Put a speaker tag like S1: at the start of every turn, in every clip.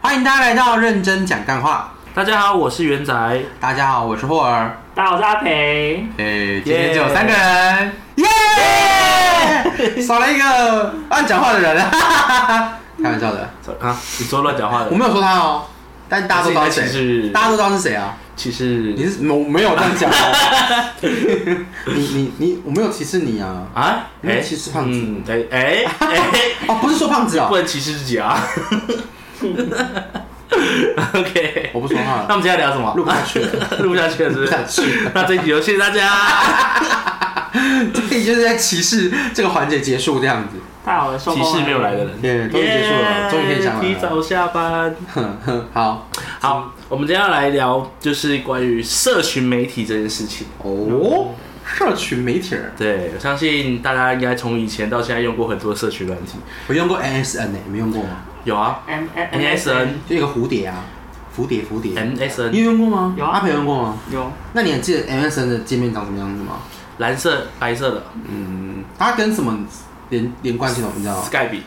S1: 欢迎大家来到认真讲干话。
S2: 大家好，我是元仔，
S1: 大家好，我是霍尔。
S3: 大家好，我是阿培。
S1: 诶，今天只有三个人，耶！少了一个爱讲话的人， 开玩笑的，
S2: 啊，你说乱讲话的
S1: 我，没有说他哦，但大家都知道是
S2: 其实
S1: 谁，大家都知道是谁啊？
S2: 其实
S1: 你是我没有这样讲哦， 你你你，我没有歧视你啊。
S2: 啊，
S1: 你是歧视胖子
S2: 嗯哎哎 哎，
S1: 哦，不是说胖子啊
S2: 不，能歧视自己啊。OK，
S1: 我不说话了
S2: 那我们今天聊什么？
S1: 录不下去了，
S2: 录不下去了，是不
S1: 录不下
S2: 是？
S1: 去了。
S2: 那这一集就谢谢 大家。
S1: 这里就是在歧视这个环节结束这样子，
S3: 大家好，我是受
S2: 歧视没有来的人，
S1: 耶，终于结束了，终于可以上来
S2: 提
S1: 了
S2: 早下班。
S1: 哼。哼 好，
S2: 好，我们今天要来聊就是关于社群媒体这件事情。
S1: 哦，社群媒体儿，
S2: 对，我相信大家应该从以前到现在用过很多社群软体，
S1: 我用过 MSN 呢，你没用过吗？
S2: 有啊
S1: M，M，M，
S3: M M
S1: M，M，
S2: ，MSN
S1: 就一个蝴蝶啊，蝴蝶蝴蝶，你
S2: MSN
S1: 有用过吗？
S3: 有啊
S1: 阿培有用过吗？
S3: 有
S1: 那你还记得 MSN 的界面长什么样子吗？
S2: 蓝色白色的
S1: 嗯，它跟什么连连贯系统你知道吗？
S2: Skype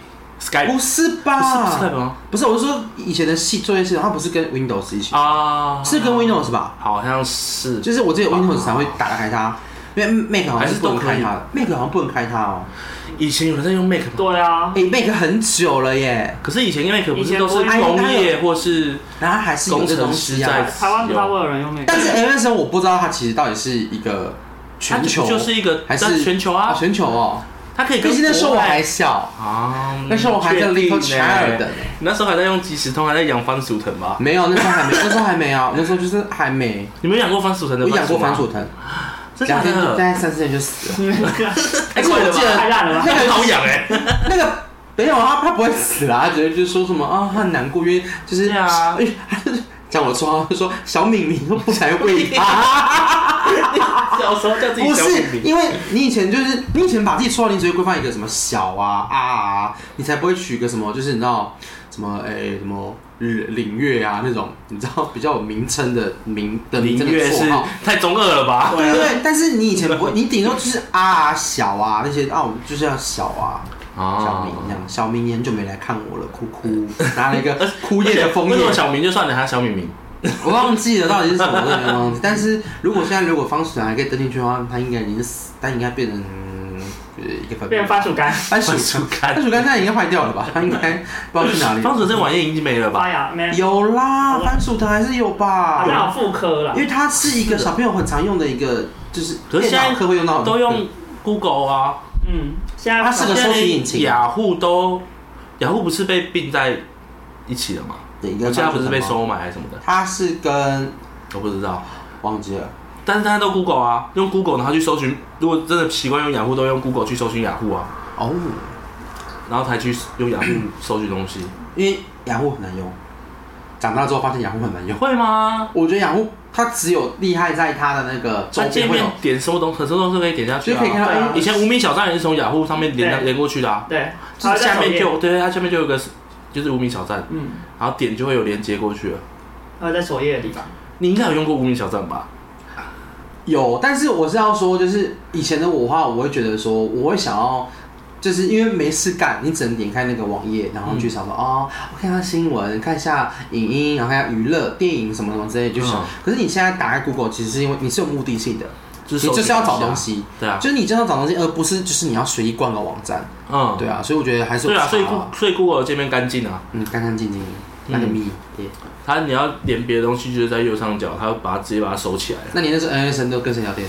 S1: 啊
S2: Skype
S1: 不是啊吧？
S2: 不是 Skype 吗？
S1: 不是，我是说以前的系作业系统，它不是跟 Windows 一起，
S2: 啊，
S1: 是跟 Windows 吧？
S2: 好像是，
S1: 就是我只有 Windows 才会打得开它，因为 Mac 好像是不能开它的，Mac 好像不能开它哦。
S2: 以前有人在用 Mac 吗？
S3: 对啊，
S1: 哎，Mac 很久了耶，
S2: 可是以前 Mac 不
S3: 以
S2: 是
S3: 前
S2: 都
S3: 不
S2: 是
S3: 是
S2: 工业或是
S1: 然后还是有这东西
S2: 工程
S1: 啊
S2: 师。在
S3: 台湾不知道会有人用那
S1: 但是
S3: 个。
S1: MSN 我不知道它其实到底是一个全球，
S2: 它就是一个
S1: 还
S2: 但
S1: 是
S2: 全球啊
S1: 哦全球哦。
S2: 它可以跟
S1: 毕竟那时候我
S2: 国外
S1: 还小，
S2: 啊，
S1: 那时候我还在
S2: 确定
S1: Little
S2: 呢
S1: Child 呢，
S2: 那时候还在用即时通，还在养番薯藤吧？
S1: 没有，那时候还没，那时候还没啊，那时候就是还没。
S2: 你们养过番薯藤的？
S1: 我养过番，薯藤，
S2: 啊真
S1: 两
S2: 的
S1: 天就
S2: 假
S1: 大
S2: 的？
S1: 概三四天就死了。
S2: 太
S1: 而且
S2: 快
S1: 我
S2: 了吧
S1: 记得
S3: 太烂了吧
S1: 那
S2: 很
S1: 个
S2: 好养哎。
S1: 那个没有啊，他不会死啦，他只是就是说什么啊，他很难过，因为就是
S2: 对啊
S1: 因为他就是讲我说他就说小敏敏都不敢喂他，
S2: 小时候叫自己
S1: 不
S2: 小
S1: 是
S2: 米米，
S1: 因为你以前就是你以前把自己说到，你只会规范一个什么小啊啊啊，你才不会取一个什么就是你知道什么哎、什么领月啊那种，你知道比较有名称的名的名
S2: 林
S1: 这个
S2: 月是啊
S1: 绰号。
S2: 太中二了吧？
S1: 对对，但是你以前不会，你顶多就是啊啊小啊那些啊，我们就是要小啊，小明一样，小明很久没来看我了，哭哭， 拿了一个枯叶的枫
S2: 为
S1: 叶
S2: 什，么小明就算了，还有小明明？
S1: 我忘记了到底是什么，我真的忘记。但是如果现在如果方薯还可以登进去的话，它应该已经死，它应该变成呃一个
S3: 变成番薯干，
S1: 番薯
S2: 番薯干
S1: 番薯干现在已经坏掉了吧？它应该不知道去哪里。
S2: 方子这玩意已经没了
S3: 发
S2: 吧？
S3: 芽没？
S1: 有啦，番薯藤还是有吧
S3: 好？像有副科了
S1: 因。为它是一个小朋友很常用的一个，就是呃
S2: 可
S1: 电
S2: 是现在
S1: 脑课会用到的，
S2: 都用 Google 啊，
S3: 嗯，现在
S1: 它是个搜寻引擎啊
S2: 雅虎都，雅虎不是被并在一起了吗？
S1: 对。应该
S2: 我记得它不是被
S1: 番薯藤吗，
S2: 收买还是什么的，
S1: 它是跟
S2: 我不知道。
S1: 忘记了。
S2: 但是大家都 Google 啊，用 Google 然后去搜寻，如果真的习惯用雅虎，都用 Google 去搜寻雅虎啊，
S1: 哦，
S2: 然后才去用雅虎搜寻东西。
S1: 因为雅虎很难用，长大之后发现雅虎很难用。
S2: 会吗？
S1: 我觉得雅虎它只有厉害在它的那个周
S2: 它界
S1: 边会
S2: 面
S1: 有，
S2: 点什么东，很多东西可以点下
S1: 所
S2: 去
S1: 以可以看
S2: 啊。
S1: 到
S3: 对啊
S1: 哎，
S2: 以前无名小站也是从雅虎上面连
S3: 对
S2: 连过去的啊。
S3: 对，
S2: 就
S3: 它
S2: 是
S3: 在
S2: 下
S3: 首
S2: 面
S3: 页
S2: 就有对，它下面就有个就是无名小站，
S3: 嗯，
S2: 然后点就会有连接过去了。
S3: 它在首页的地方。
S2: 你应该有用过无名小站吧？
S1: 有，但是我是要说，就是以前的我的话，我会觉得说，我会想要。就是因为没事干，你只能点开那个网页，然后
S2: 嗯
S1: 去想说、哦，我看一下新闻，看一下影音，然后看一下娱乐、电影什么什么之类的，就想。
S2: 嗯
S1: 可是你现在打开 Google，其实是因为你是有目的性的，
S2: 就是
S1: 你就
S2: 搜寻
S1: 是要找
S2: 一下
S1: 东，西，
S2: 对啊，
S1: 就是你就是要找东西，而不是就是你要随意逛个网站。
S2: 嗯，
S1: 对啊，所以我觉得还是有
S2: 对啊，所以
S1: 差
S2: Google 所以 Google 界面干净啊，
S1: 嗯，干干净净，那
S2: 嗯
S1: 个密。对
S2: 它你要连别的东西就是在右上角，它会把它直接把它收起来了。
S1: 那你那时候 NSN 都跟谁聊天？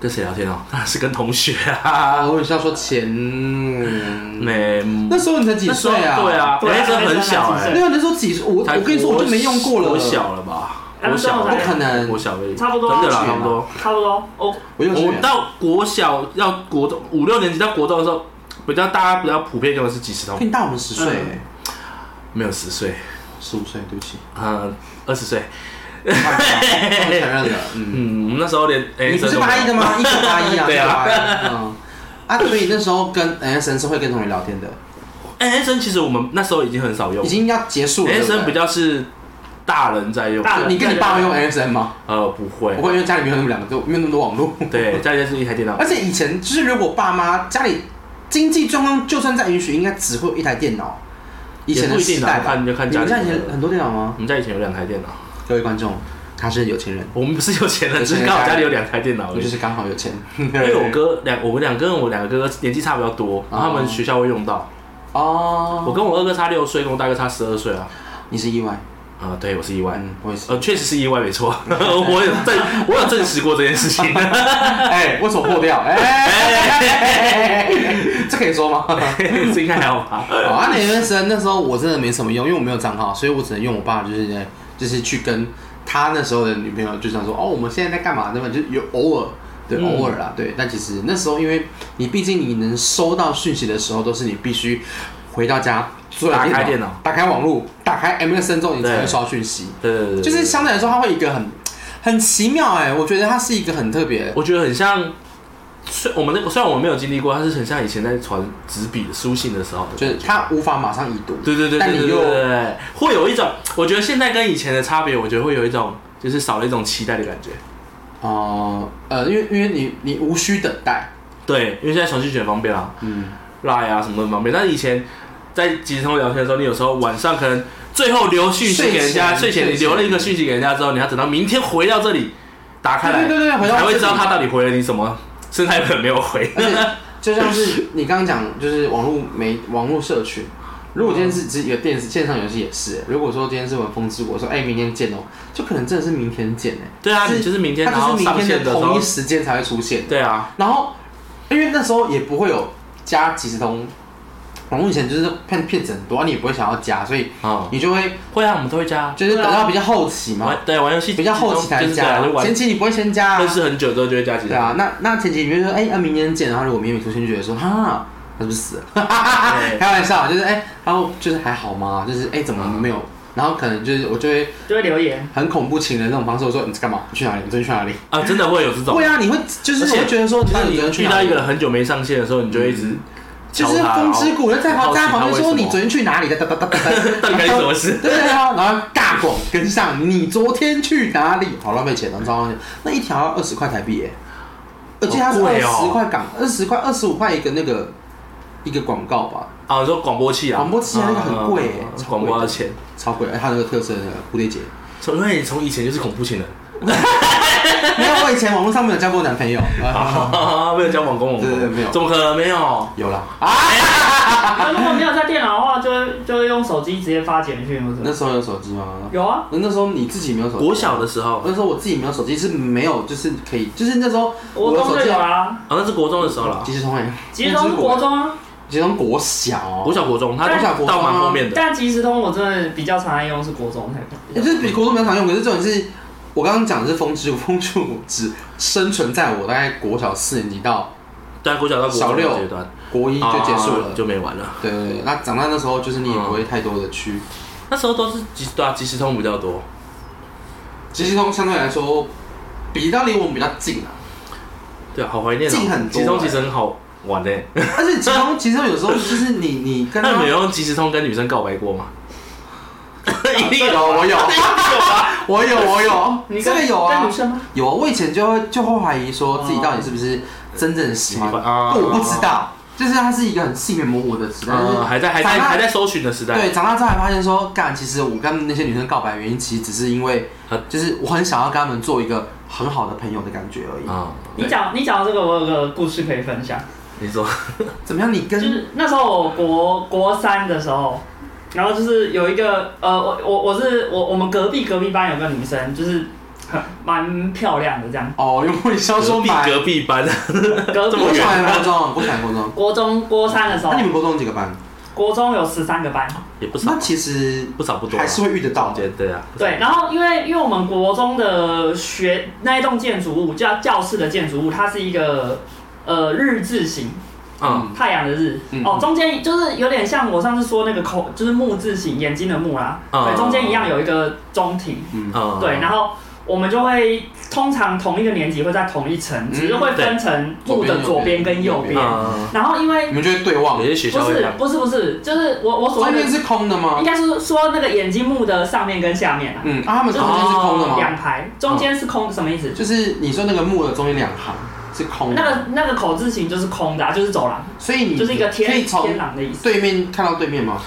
S2: 跟谁聊天哦？ 当然是跟同学啊。
S1: 啊，我也是要说前，
S2: 没，
S1: 嗯
S2: 嗯
S1: 那时候你才几
S2: 那时候
S1: 岁啊？
S2: 对，啊，
S3: 对啊
S2: 那时候很小
S3: 那时候才几
S2: 哎
S3: 岁，
S1: 对啊，那时候几岁？我我
S2: 才
S1: 跟你说，我
S2: 国
S1: 就没用过了。
S2: 国小了吧？
S3: 那
S2: 国
S3: 时候
S2: 小
S3: 才
S1: 不可能
S2: 国小而已，
S3: 差不多
S2: 真的
S1: 幼
S2: 啦，
S1: 稚园
S2: 差不多。
S3: 差不多哦，
S1: 我幼稚
S2: 我
S1: 园
S2: 到国小要国中五六年级到国中的时候，比较大家比较普遍用的是即时通
S1: 比，你大我们十岁
S2: 嗯
S1: 欸，
S2: 没有十岁，
S1: 十五岁，对不起，
S2: 嗯，二十 岁。
S1: 我承认了。嗯，
S2: 嗯，我们那时候连哎，
S1: 你不是八一的
S2: 吗？
S1: 吗？一九八一啊，
S2: 对啊
S1: 1981。嗯，啊，所以那时候跟 NSN 是会跟同学聊天的，
S2: 哎，N 生其实我们那时候已经很少用
S1: 已经要结束了。对不对
S2: ，N 生比较是大人在用，
S3: 大人
S1: 你跟你爸会用 MSN 吗？
S2: 呃不会
S1: 我，感觉家里没有那么两个，没有那么多网络。
S2: 对，家里就是一台电脑
S1: 而，且以前就是如果爸妈家里经济状况就算再允许，应该只会有一台电脑。以前
S2: 也
S1: 的
S2: 不一定
S1: 时
S2: 啊
S1: 代吧，
S2: 看就看
S1: 你
S2: 家
S1: 们
S2: 里
S1: 家以前
S2: 的
S1: 很多电脑吗？
S2: 我们家以前有两台电脑，
S1: 各位观众，他是有钱人，
S2: 我们不是有钱人，
S1: 有
S2: 只
S1: 钱人
S2: 是刚好家里有两台电脑
S1: 我
S2: 而
S1: 就
S2: 已。
S1: 是刚好有钱。
S2: 呃因为我哥两，我们两个跟我两个哥哥年纪差比较多，然
S1: 啊
S2: 后他们学校会用到。我
S1: 哦，
S2: 跟我二哥差六岁，跟我大哥差十二岁啊。
S1: 你是意外，
S2: 啊，对，我是意外，
S1: 嗯，我也是。
S2: 呃，确实是意外，没错， 我有证，我有证实过这件事 情。
S1: 哎，我手破掉， 哎，这可以说吗？
S2: 这应该还好吧？
S1: 好啊，那 MSN 那时候我真的没什么用，因为我没有账号，所以我只能用我爸，就是就是去跟他那时候的女朋友，就想说哦，我们现在在干嘛？那么就有偶尔，对，
S2: 嗯
S1: 偶尔啦，对。但其实那时候，因为你毕竟你能收到讯息的时候，都是你必须回到家，坐在
S2: 打开电脑，
S1: 打开网络，打开 MSN 之后，你才
S2: 对
S1: 会收到讯息。
S2: 对对对对，
S1: 就是相对来说，它会一个很很奇妙哎、我觉得它是一个很特别。
S2: 我觉得很像，虽我们那个虽然我们没有经历过，但是很像以前在传纸笔书信的时候的
S1: 就是它无法马上已读，
S2: 对对对对
S1: 但你
S2: 对对
S1: 又
S2: 对对对，会有一种，我觉得现在跟以前的差别，我觉得会有一种就是少了一种期待的感觉。
S1: 哦呃，因为因为你你无需等待，
S2: 对，因为现在传讯息很方便啊
S1: 嗯，
S2: ，Line 啊什么都很方便。但是以前在即时通聊天的时候，你有时候晚上可能最后留讯息给人家，
S1: 睡
S2: 睡
S1: 前
S2: 前你留了一个讯息给人家之后，你要等到明天回到这里打开来，
S1: 对对对对回
S2: 你
S1: 到
S2: 才会
S1: 这
S2: 知道
S1: 里
S2: 他到底回了你什么，甚至还有可能没有回。
S1: 而且就像是你刚刚讲，就是网络媒网络社群。如果今天是只有电视线上游戏也是、如果说今天是玩风之谷，我说哎、明天见哦、就可能真的是明天见哎、
S2: 对啊，
S1: 就是
S2: 你就是明天然
S1: 它就
S2: 后
S1: 是明
S2: 上
S1: 天
S2: 线
S1: 的
S2: 的时
S1: 同
S2: 候
S1: 一，时间才会出现。
S2: 对啊，
S1: 然后因为那时候也不会有加即时通，网络以前就是骗骗子很多，啊你也不会想要加，所以
S2: 嗯，
S1: 你就会
S2: 会啊，我们都会加，
S1: 就是等到比较后期嘛
S2: 玩，对玩游戏
S1: 比较后期才
S2: 就是对啊
S1: 加
S2: 就，玩
S1: 前期你不会先加、啊
S2: 认。识很久之后就会加几
S1: 对啊，那那前期你就说，哎、那、明天见，然后如果明天没出现，就觉得说，哈，他是不是死了？
S2: 对
S1: 开玩笑，就是哎、然后就是还好吗？就是哎、怎么
S2: 嗯
S1: 没有？然后可能就是我就会
S3: 就会 留言，
S1: 很恐怖情人那种方式，我说你在干嘛？你去哪里？你昨天去哪里？
S2: 啊，真的会有这种
S1: 会。啊，你会就是
S2: 而
S1: 我
S2: 且
S1: 会觉得说，
S2: 就是
S1: 你昨天
S2: 你
S1: 去
S2: 遇
S1: 哪
S2: 到
S1: 里嗯
S2: 一个人很久没上线的时候，你就会一直
S1: 就
S2: 敲
S1: 是
S2: 他
S1: 风之谷，就在旁
S2: 好奇
S1: 在
S2: 他
S1: 旁边
S2: 为
S1: 说
S2: 什么
S1: 你昨天去哪里？哒哒哒哒哒哒，
S2: 到底干什 么事？
S1: 对啊，然后尬广跟上，你昨天去哪里？好浪费钱，然后超浪费那一条二十块台币耶，我记得它是
S2: 好
S1: 二
S2: 贵哦
S1: 十块港，二十块二十五块一个那个一个广告吧，
S2: 啊，你说广播器啊，
S1: 广播器啊那个很贵耶
S2: 嗯嗯
S1: 超贵的
S2: 嗯广播要钱。
S1: 超贵，还有那个特色的那个蝴蝶结。
S2: 从因为你从以前就是恐怖情人，
S1: 没有，我以前网络上没有交过男 朋友，啊
S2: 没有交往公网
S1: 对对对没有
S2: 怎么可能没有？
S1: 有啦啊，
S3: 那如果没有在电脑的话，就会就会用手机直接发简讯或
S1: 那
S3: 者。
S1: 时候有手机吗？
S3: 有啊，
S1: 那时候你自己没有手机，
S2: 国小的时候啊，
S1: 那时候我自己没有手机，是没有，就是可以，就是那时候
S3: 我
S1: 有
S3: 中
S1: 手
S3: 就
S1: 机
S3: 有，啊，
S2: 那是国中的时候了，
S1: 即时通哎，
S3: 即时通是国中啊，
S1: 即时通国小，
S2: 国小国中，他
S1: 国小国中啊
S2: 到蛮后面的，
S3: 但即时通我真的比较常爱用是国中才
S1: 也就是比国中比较常用，可是这种是我刚刚讲的是风之谷，风之谷只生存在我大概国小四年级到
S2: 对啊国小到国
S1: 小
S2: 中
S1: 六
S2: 的阶段
S1: 国一就结束了。
S2: 啊就没玩了。
S1: 对对对，那长大那时候就是你也不会太多的去，
S2: 那时候都是即对啊，即时通比较多。
S1: 即时通相对来说比较离我们比较近啊，
S2: 对啊，好怀念哦。
S1: 近很多欸
S2: 即时通其实很好玩诶。
S1: 而且即时通即时通有时候就是你你跟
S2: 那
S1: 他
S2: 你有用即时通跟女生告白过 吗？一定
S1: 有我有 我有我有
S3: 你
S1: 这
S3: 跟
S1: 个有
S3: 跟
S1: 啊
S3: 女生吗？
S1: 有啊，我以前就会就会怀疑说自己到底是不是真正的喜欢，
S2: 喜欢啊
S1: 但我不知道，就是它是一个很性别模糊的时代，就是
S2: 嗯，还在还在
S1: 长大
S2: 还在搜寻的时代。
S1: 对，长大之后还发现说，干，其实我跟那些女生告白原因，其实只是因为
S2: 啊，
S1: 就是我很想要跟她们做一个很好的朋友的感觉而已。
S2: 啊，
S3: 你讲你讲到这个，我有个故事可以分享。
S2: 你说，
S1: 怎么样？你
S3: 就
S1: 跟
S3: 是那时候我国国三的时候，然后就是有一个呃，我我我是我我们隔壁隔壁班有个女生，就是很蛮漂亮的 这样。
S1: 哦，又不销 售
S2: 壁
S1: 买，
S2: 隔壁班，
S3: 隔
S2: 这
S3: 壁
S2: 么
S1: 国
S2: 远
S1: 小还国中，国小还国中。
S3: 国中国三的时候
S1: 那，你们国中有几个班？
S3: 国中有十三个班，
S2: 也不少
S1: 那，其实
S2: 不少不多啊，
S1: 还是会遇得到的。
S2: 对对啊，
S3: 对。然后因为因为我们国中的学那一栋建筑物叫教室的建筑物，它是一个呃日字形，
S2: 嗯，
S3: 太阳的日
S1: 嗯
S3: 哦，中间就是有点像我上次说那个口，就是木字形眼睛的木啦，
S2: 嗯
S3: 对，中间一样有一个中庭，
S2: 嗯，
S3: 对，然后我们就会通常同一个年级会在同一
S1: 嗯
S3: 层，只是会分成木的左边跟右边，
S2: 嗯，
S3: 然后因为
S1: 你们就会对望哦
S2: 有，些学校
S3: 不
S2: 会这
S3: 是
S2: 样，
S3: 不是不是，就是我我所
S1: 嗯中
S3: 谓
S1: 间
S3: 的
S1: 是空的吗
S3: 应？该是说那个眼睛木的上面跟下面啊，
S1: 嗯，啊，他们中间是空的
S3: 两
S1: 吗？
S3: 排中间是空，什么意思？
S1: 就是你说那个木的中间两行是空
S3: 那
S1: 的，
S3: 个那个口字形就是空的、啊，就是走廊，
S1: 嗯所以你
S3: 就是一个
S1: 可以
S3: 天天
S1: 从
S3: 廊的意思。
S1: 对面看到对面吗？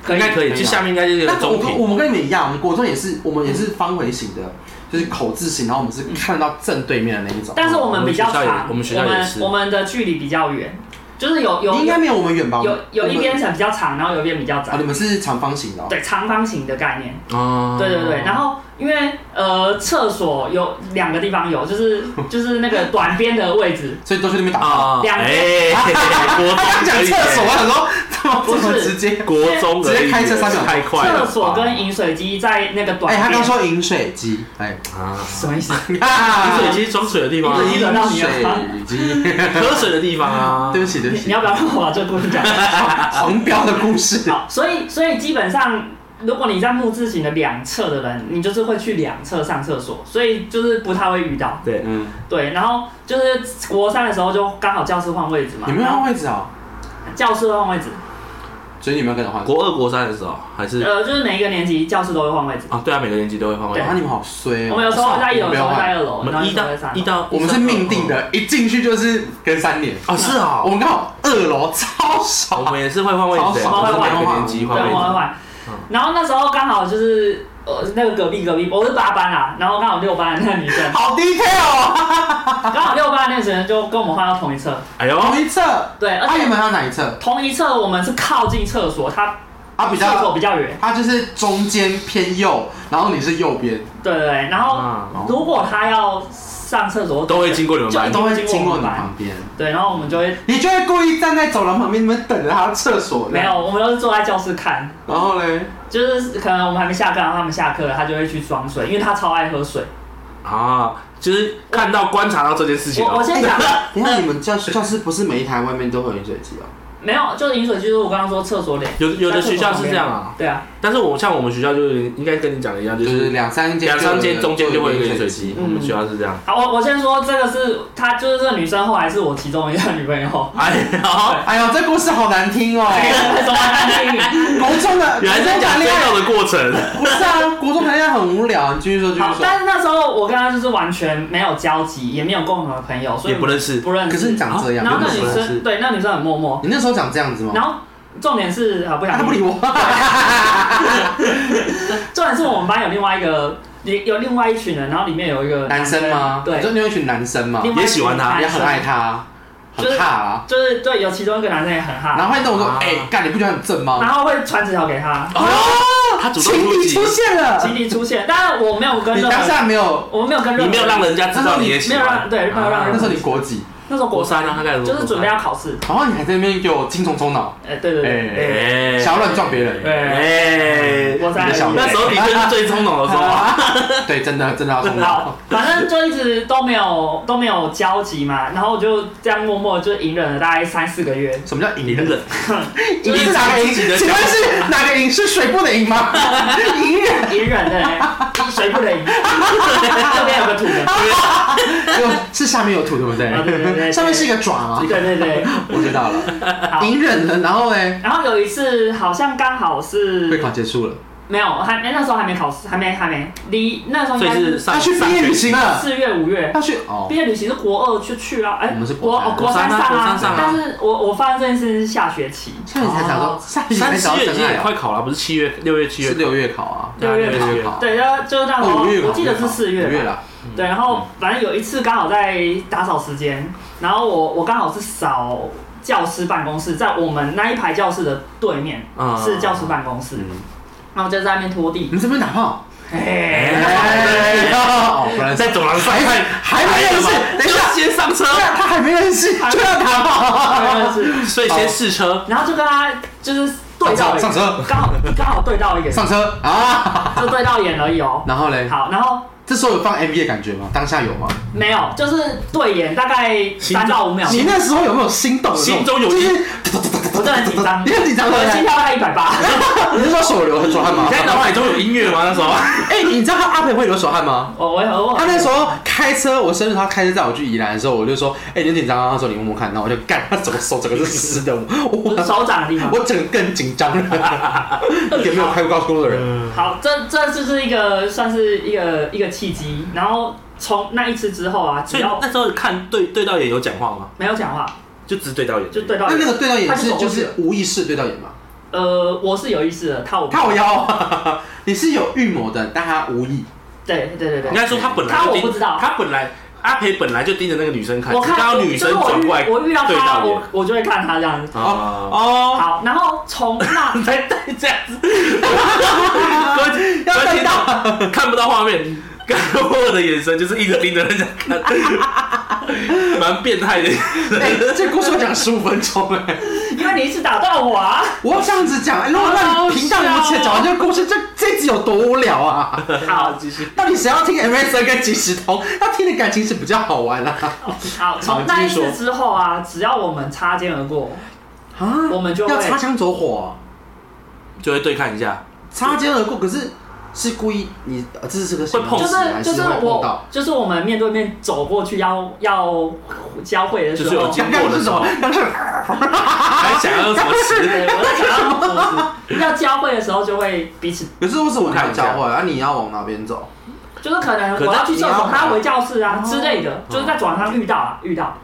S3: 可
S2: 应
S3: 以
S2: 该可以，就下面应该就是有
S1: 那我
S2: 中
S1: 跟
S2: 庭，
S1: 我们跟你们一样，我们国中也是，我们也是方回形的，就是口字形，然后我们是看到正对面的那一种。哦
S3: 嗯但是我们比较长，
S2: 我们学校也我们学校也是
S3: 我们的距离比较远，就是有有
S1: 你应该没有我们远吧？
S3: 有有一
S1: 我们
S3: 边层比较长，然后有一边比较
S1: 啊，
S3: 窄
S1: 你，们是长方形的哦。
S3: 对，长方形的概念。
S2: 哦
S3: 对对对，然后因为呃厕所有两个地方有，就是 就是那个短边的位置，
S1: 所以都去那边打炮。
S2: 啊，
S3: 两
S2: 哎，国
S1: 他刚
S2: 中
S1: 讲
S2: 可以
S1: 厕所，我，想说怎么这么直接？
S2: 国中而已
S1: 直接开车三小时
S2: 太快了
S3: 厕
S2: 吧，
S3: 所跟饮水机在那个短
S1: 哎，他
S3: 边。
S1: 刚说饮水机，哎，
S2: 啊，
S3: 什么意思？
S2: 饮水
S1: 饮
S2: 机是装水的地方啊，
S3: 饮水机的
S1: 饮水机，
S2: 喝水的地方啊，
S1: 对不起对不
S3: 你
S1: 起
S3: 你，要不要 让我把这个故事 讲完？
S1: 黄标的故事。
S3: 好，所以所以基本上，如果你在木字形的两侧的人，你就是会去两侧上厕所，所以就是不太会遇到。
S2: 对，
S1: 嗯，
S3: 对，然后就是国三的时候就刚好教室换位置嘛，
S1: 你们
S3: 然
S1: 要
S3: 后
S1: 换位置哦，
S3: 教室换位置，
S1: 所以你们要跟着换。
S2: 国二国三的时候还是
S3: 呃，就是每一个年级教室都会换位置。
S2: 啊，对啊，每个年级都会换位
S1: 哇，，你们好衰哦。
S3: 我们有时候会在一楼，
S1: 我
S3: 有
S1: 们不
S3: 时
S1: 要
S3: 候会在
S1: 换，
S3: 二
S2: 我
S3: 楼，然后
S2: 们
S3: 有
S2: 一
S3: 时候
S2: 到
S3: 会在三楼
S2: 一到
S1: 我们是命定
S3: 哦
S1: 的，一进去就是跟三年。
S2: 啊，是啊
S1: 我，们刚好二楼超
S2: 我
S1: 少，
S2: 们也是会换位置的，
S1: 好，
S2: 我
S3: 爽
S2: 们每个年级
S3: 对，
S2: 换
S3: 我会
S2: 位置，
S3: 换
S2: 嗯。
S3: 然后那时候刚好就是呃那个隔壁隔壁，我是八班啦，然后刚好六班的那个女 生
S1: 好 detail 哦。
S3: 刚好六班的那个女生就跟我们换到同一侧，
S2: 哎呦，
S1: 同一侧，
S3: 对，而
S1: 他
S3: 且
S1: 原本要哪一侧？
S3: 同一侧我们是靠近厕所，她
S1: 他比
S3: 厕所
S1: 较，
S3: 比较远，
S1: 他就是中间偏右，然后你是右边，
S3: 对对对。然后
S2: 啊
S3: 如果她要上厕所，
S2: 都会经过你们班
S3: 就
S1: 都会经过
S3: 经过我
S1: 你
S3: 们
S1: 旁边，
S3: 对，然后我们就会
S1: 你就会故意站在走廊旁边，你们等着他厕所。
S3: 没有，，我们都是坐在教室看。
S1: 然后嘞，
S3: 就是可能我们还没下课，然后他们下课了，她就会去装水，因为她超爱喝水。
S2: 啊，就是看到观察到这件事情
S3: 我我
S2: 哦，
S3: 先讲，
S1: 等一下你们教教室不是每一台外面都会有饮水机哦？
S3: 没有，就是饮水机，就是我刚刚说厕所里。
S2: 有有的学校是这样啊，
S3: 对啊，
S2: 但是我像我们学校就是应该跟你讲的一样，就
S1: 就是
S2: 是
S1: 两三间，
S2: 两三间中间就会有一个饮水机，
S3: 嗯
S2: 我们学校是这样，
S3: 好，我我先说这个是她，就是这个女生后来是我其中一个女 朋友。
S2: 哎呦，
S1: 哎呦，这故事好难听哦！
S2: 哎
S3: 什么难听？
S1: 国中的
S2: 原来在讲
S1: 国中谈
S2: 追
S1: 恋爱
S2: 到的过程，
S1: 不是啊，国中谈恋爱很无聊，你继续说，继续
S3: 好，
S1: 说。
S3: 但是那时候我跟她就是完全没有交集，也没有共同的朋友，所以
S2: 也不认识，
S3: 不认识。
S1: 可是你长这样，
S3: 然后那
S2: 你
S3: 女
S2: 不认识嗯
S3: 生对那女生很默默，
S1: 你那时候长这样子吗？
S3: 然后重点是啊不
S1: 啊
S3: 想
S1: 他不理我，
S3: 重点是我们班有另外一个有另外一群人，然后里面有一个
S1: 男生吗？
S3: 对
S1: 你说，你有一群男生吗？
S3: 另外
S2: 啊
S3: 一群
S2: 也喜欢她
S1: 也
S3: 男生
S1: 很爱，他，很
S3: 就是
S1: 怕啊。
S3: 就是对，有其中一个男生也很
S1: 然
S3: 哈，
S1: 后他跟我说
S2: 啊：“
S1: 哎，干，你不觉得很正
S3: 然
S1: 吗
S3: 后会传纸条给他，
S2: 哦，他？”主动
S1: 情
S2: 出
S1: 敌
S2: 击
S1: 出，现了
S3: 集，体出现，但是我没有跟
S1: 你
S3: 任
S1: 当
S3: 何，
S1: 下没有，
S3: 我们没有跟任何，
S2: 你没有让人家知道你也喜
S3: 没有
S2: 欢
S3: 让，对没有让
S1: 那
S3: 人
S1: 时候你国几？
S3: 那时候
S2: 国
S3: 国
S2: 三啊，他开始
S3: 就是准备要考试，
S1: 然后你还在那边给我精虫充脑，
S3: 哎、对对对，
S2: 哎
S1: 想要乱撞别人。
S2: 哎，
S3: 国三
S1: 你的小
S2: 那时候的确是最冲动的时候啊，
S1: 对，真的真的要充脑
S3: 好。，反正就一直都没有都没有交集嘛，然后我就这样默默就隐忍了大概三四个月，
S1: 什么叫
S2: 隐
S1: 隐忍？
S2: 忍，
S1: 隐是哪个隐？请问是哪个隐？是水部的隐吗？ 隐 忍，
S3: 隐忍的嘞， 谁不能隐？这边有个土的，
S1: 就是下面有土，对不
S3: 啊对对
S1: 对？
S3: 对
S1: 上面是一个爪啊，
S3: 对对对，
S1: 我知道了。
S3: 好。
S1: 隐忍了，然后呢？
S3: 然后有一次好像刚好
S1: 会
S3: 是
S1: 考结束了，
S3: 没有，还那时候还没考试，还没还没离那时候应
S2: 所以
S3: 该
S2: 是
S3: 是
S2: 上
S1: 要去毕业旅行啊了，
S3: 四月五月。
S1: 要去哦
S3: 毕。业旅行是国二去去啊，哎、
S1: 我们是国
S3: 国
S1: 三
S3: 哦国三上
S2: 国
S3: 啊
S2: 三上啊
S3: 但是我我发现这件事情是下学期，
S1: 下你才想到，下你才
S2: 三四
S1: 想到
S2: 月已
S1: 真
S2: 经
S1: 爱
S2: 也
S1: 啊，
S2: 快考了，不是七月六月七
S1: 是
S2: 月，
S1: 六月考啊，
S2: 对啊
S3: 六月
S1: 考
S2: 六月考，
S3: 对，然后就是那时候
S1: 哦五月考，
S3: 我记得是四月
S1: 五月
S3: 吧，
S1: 啦，嗯
S3: 对，然后反正有一次刚好在打扫时间，然后我我刚好是扫教师办公室，在我们那一排教室的对面
S2: 嗯
S3: 是教师办公室，
S1: 啊嗯，
S3: 然后就在那边拖
S1: 你
S3: 地，
S1: 们这边打炮？哎
S3: 嘿，
S1: 哦，不然
S2: 在走廊上
S1: 还
S2: 看，
S1: 还没认识，等一
S2: 就
S1: 下，啊
S2: 先上车，
S1: 他还没认识就要打炮，
S3: 真的是
S2: 所以先试车，
S3: 然后就跟他就是对
S1: 上
S3: 到
S1: 车上车
S3: 眼，刚好刚好对到眼，
S1: 上车啊，
S3: 就对到眼而已哦。
S1: 然后嘞，
S3: 好，然后
S1: 这时候有放 MV 的感觉吗？当下有吗？
S3: 没有，就是对眼大概
S2: 心动
S3: 三到五秒，
S1: 你那时候有没有心动的那种？
S2: 心中有
S1: 就
S2: 一
S1: 是
S3: 我真的很紧张，
S1: 你很紧张对
S3: 我
S1: 不
S3: 的心
S1: 对？
S3: 跳在一百八，
S1: 你是说手流很手汗吗
S2: 你？现在脑海中有音乐吗？那时候
S1: 哎，你知道他阿培会流手汗吗？
S3: 我我 我
S1: 他那时候开车，我生日他开车载我去宜兰的时候，我就说：“哎、你很紧张啊？”他说：“你摸摸看。”然后我就干，他整个手 整个是湿 的，我
S3: 就是手掌的地方。
S1: 我整个更紧张了，一点没有开过高速公路的人。
S3: 好，这这就是一个算是一个一个契机，然后从那一次之后啊，只
S2: 所以
S3: 要
S2: 那时候看对对到眼有讲话吗？
S3: 没有讲话，
S2: 就只对到眼，
S3: 就对到
S1: 那那个对到眼是
S3: 他就走过
S1: 就
S3: 去了
S1: 是无意识对到眼嘛？
S3: 呃，我是有意识的，他我
S1: 看我腰啊，你是有预谋的，但他无意。
S3: 对对对
S2: 应
S3: 对，
S2: 该说他本来
S3: 他
S2: 就
S3: 我
S2: 盯
S3: 不知道
S2: 他本来阿培本来就盯着那个女生看，
S3: 我
S2: 只看
S3: 看
S2: 到女生转过来
S3: 就是我遇我遇到
S2: 对
S3: 他，
S2: 到
S3: 我
S2: 眼
S3: 我就会看他这样子。
S2: 啊，
S1: 哦，
S3: 好，然后 从那
S2: 你才对这样子，各位
S1: 要
S2: 各位
S1: 对
S2: 听到看不到画面，刚刚我的眼神就是一直盯着人家看，蛮变态的。
S1: 哎、这故事我讲十五分钟哎、
S3: 因为你一直打断我啊，
S1: 我这样子讲，哎如果让你平淡无奇地讲完这个故事，这这集有多无聊啊？
S3: 好
S2: 继续。
S1: 到底谁要听 MSN 跟即时通？要听的感情是比较好玩啊。
S3: 好，
S1: 好
S3: 从那一
S1: 继续说
S3: 次之后啊，只要我们擦肩而过，
S1: 啊，
S3: 我们就会
S1: 要擦枪走火、啊
S2: 就会对看一下，
S1: 擦肩而过，可是是故意你呃这是个什么
S2: 会碰
S3: 就
S1: 事还
S3: 是就是是
S1: 会碰
S3: 我
S1: 到？
S3: 就是我们面对面走过去要要交汇的时
S2: 就是有
S3: 候，
S2: 经
S1: 刚刚是什么？刚刚是
S2: 还想要什么
S3: 对，
S2: 词？
S3: 我在想要怎么要 交汇的时候就会彼此，
S1: 可是为什么你
S2: 看
S1: 要
S2: 一下
S1: 交换啊？你要往哪边走？
S3: 就是可能
S2: 可是
S3: 我要去厕
S1: 你要
S3: 所，他回教室啊之类的，
S2: 哦
S3: 就是在走廊上遇到啊遇到，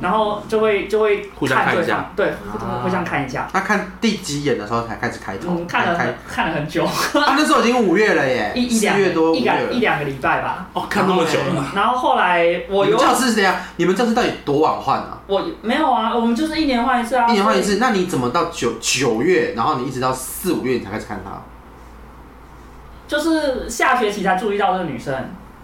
S3: 然后就会就会
S2: 互相看一
S3: 对
S2: 下
S3: 方，对，互互相看一下。
S1: 他看第几眼的时候才开始开头？
S3: 嗯，看了
S1: 开
S3: 很看了很久，
S1: 啊，那时候已经五月了耶，
S3: 一一
S1: 四
S3: 两
S1: 月多五
S3: 一
S1: 月
S3: 两一
S1: 了。
S3: 两个礼拜吧。
S2: 哦，看那么久了，
S3: 然后后来我
S1: 你
S3: 有
S1: 们教室是怎样？你们教室到底多晚换啊？
S3: 我没有啊，我们就是一年换一次啊，
S1: 一年换一次，那你怎么到九九月，然后你一直到四五月你才开始看他？
S3: 所以就是下学期才注意到这个女生，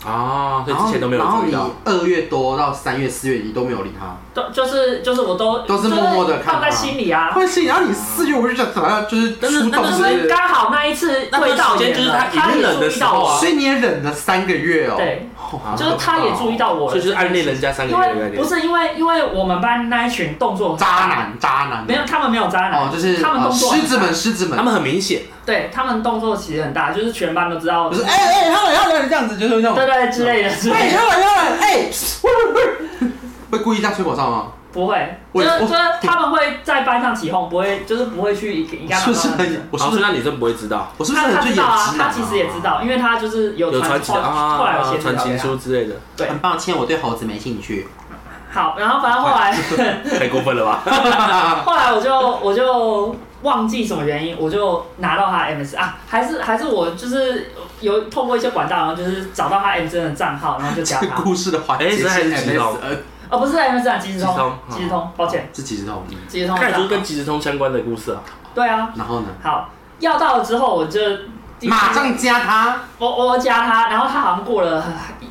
S2: 啊，所以之前都没有
S1: 然后
S2: 注意
S1: 你
S2: 到。
S1: 二月多到三月、四月你都没有理他，
S3: 都就是就是我都
S1: 都是默默地
S3: 就是
S1: 看
S3: 放在
S1: 她
S3: 心里啊，
S1: 会是然后你四月我就觉得好像就是
S2: 但是
S1: 出
S2: 但
S1: 动之
S3: 就是
S1: 类的，
S3: 刚好那一次
S2: 那
S3: 对到
S2: 段时间
S3: 眼
S2: 就是
S3: 了，
S2: 他
S3: 他
S2: 隐
S3: 也
S2: 忍的
S3: 注意到
S2: 时候啊
S3: 我，
S1: 所以你也忍了三个月哦。
S3: 对，
S1: 哦，
S3: 就是他也注意到
S2: 所
S3: 我了，
S2: 以就是暗恋人家三个
S3: 因
S2: 月的概
S3: 为
S2: 念
S3: 不，是因为因为我们班那一群动作很
S1: 渣
S3: 大，
S1: 男，渣男，
S3: 没有他们没有渣男，
S1: 哦，就是
S3: 他们
S1: 呃
S3: 动作很
S1: 狮
S3: 大
S1: 子们，，狮子
S2: 他
S1: 们，
S2: 们很明显，
S3: 对他们动作其实很大，就是全班都知道
S1: 不， 是哎哎，他们要这样子，就是那
S3: 对
S1: 种
S3: 对之类的之
S1: 哎，
S3: 类的，
S1: 他们要哎，喂喂喂会故意这样吹口哨吗？
S3: 不会，
S1: 我
S3: 就是
S1: 我
S3: 就是他们会在班上起哄，不会就是不会去一个一干
S1: 是不是
S3: 嘛干嘛
S1: 很？我是
S2: 然
S1: 不
S2: 后所以
S1: 是
S2: 那女生不会知道，
S1: 我是不是
S3: 他
S1: 很
S3: 他
S1: 最
S3: 知
S1: 演直
S3: 道啊，
S1: 男？
S3: 他其实也知。道，因为他就是有
S2: 有
S3: 传
S2: 传情啊，
S3: 后来有写
S2: 传
S3: 纸条
S2: 情
S3: 给他
S2: 书之类的，
S3: 对
S1: 很抱歉，我对猴子没兴趣。
S3: 好，然后反正后来。
S2: 太过分了吧？
S3: 后来我就我就忘记什么原因，我就拿到他 MS 啊，还是还是我就是有透过一些管道，然后就是找到他 MSN 的账号，然后就加
S1: 这个
S3: 他。
S1: 故事的环节
S2: 哎
S1: 是
S2: 这还是几楼
S1: MSN，
S3: 哦，不是 MSN，啊即时
S2: 即时通
S3: 通，即时通，抱歉，
S1: 是几十头。嗯
S3: 即时通的
S2: 看来
S3: 账
S2: 就是
S3: 号。
S2: 跟即时通相关的故事 啊。
S3: 对啊，
S1: 然后呢？
S3: 好，要到了之后我就
S1: 马上加他，
S3: 我我加他，然后他好像过了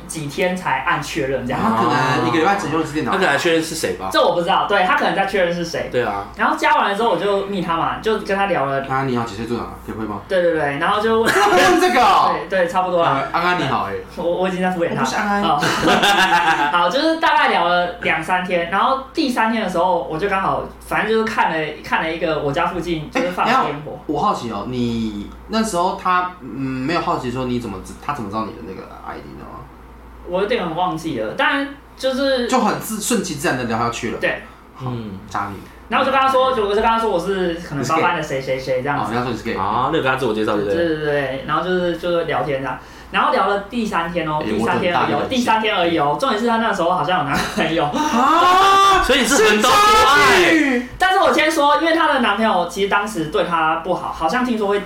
S3: 几天才按确认这样，
S1: 他可能一个礼拜只用一次电
S2: 哦他
S1: 脑
S2: 可。能还确认是谁吧？
S3: 这我不知道，对他可能在确认是谁。
S2: 对啊，
S3: 然后加完了之后我就密他嘛，就跟他聊了，
S1: 安安你好，几岁组长？你会 吗？
S3: 对对对，然后就问，
S1: 不用这个哦。
S3: 对对，差不多了。
S1: 呃安安你好，哎，
S3: 我我已经在敷衍他
S1: 我不
S3: 了。
S1: 是安安
S3: 哦 好，就是大概聊了两三天，然后第三天的时候，我就刚好，反正就是看了看了一个我家附近就是放
S1: 哎
S3: 的
S1: 等一
S3: 烟火，
S1: 我好奇哦，你那时候他嗯没有好奇说你怎么知他怎么知道你的那个 ID 的吗？
S3: 我有点忘记了，但就是
S1: 就很自顺其自然的聊下去了。
S3: 对，
S2: 嗯，
S1: 渣女，
S3: 然后我就跟他说，就我就跟他说我是可能
S1: 你是
S3: 八
S1: gay
S3: 班的谁谁谁这样
S1: 嗯哦，
S3: 子
S1: 你，要说你是 gay，
S2: 啊，那个跟他自我介绍对不
S3: 对
S2: 对？
S3: 对对对，然后就是就是聊天这样。然后聊了第三天哦，
S1: 哎
S3: 第三天而已
S1: 我很大
S3: 哦，
S1: 胆
S3: 第三天而已哦。重点是他那时候好像有男朋友，
S1: 啊，
S2: 所以是横刀夺爱，
S1: 女，
S3: 但是我先说，因为她的男朋友其实当时对她不好，好像听说会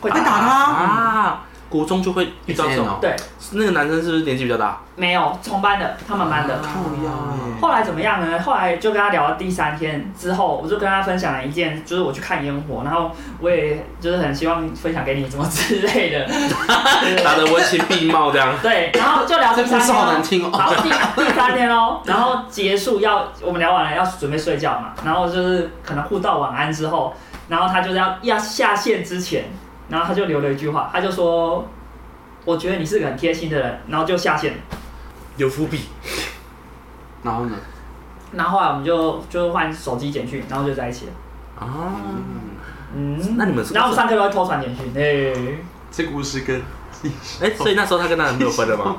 S3: 会
S1: 会打
S3: 她。
S1: 他，
S2: 啊，国中就会遇到这
S1: SN
S2: 种
S1: 哦。
S3: 对，
S2: 那个男生是不是年纪比较大？
S3: 没有，同班的，他们班的。
S1: 靠腰
S3: 后来怎么样呢？后来就跟他聊到第三天之后，我就跟他分享了一件，就是我去看烟火，然后我也就是很希望分享给你怎么之类的。
S2: 打得文情并茂这样。
S3: 对，然后就聊
S1: 这
S3: 第
S1: 故
S3: 三
S1: 事
S3: 天
S1: 好难
S3: 哦。
S1: 听哦。
S3: 好，第第三天哦，然后结束要我们聊完了要准备睡觉嘛，然后就是可能互道晚安之后，然后他就是要要下线之前，然后他就留了一句话，他就说我觉得你是个很贴心的人，然后就下线。
S2: 有伏笔。
S1: 然后呢？
S3: 然后后来我们就就换手机简讯，然后就在一起了。
S2: 啊，
S1: 嗯，
S3: 嗯，
S2: 那你们是
S3: 然后我们上课都会偷传简讯，哎，
S1: 这故事跟
S2: 哎、所以那时候她跟她男朋友分了吗？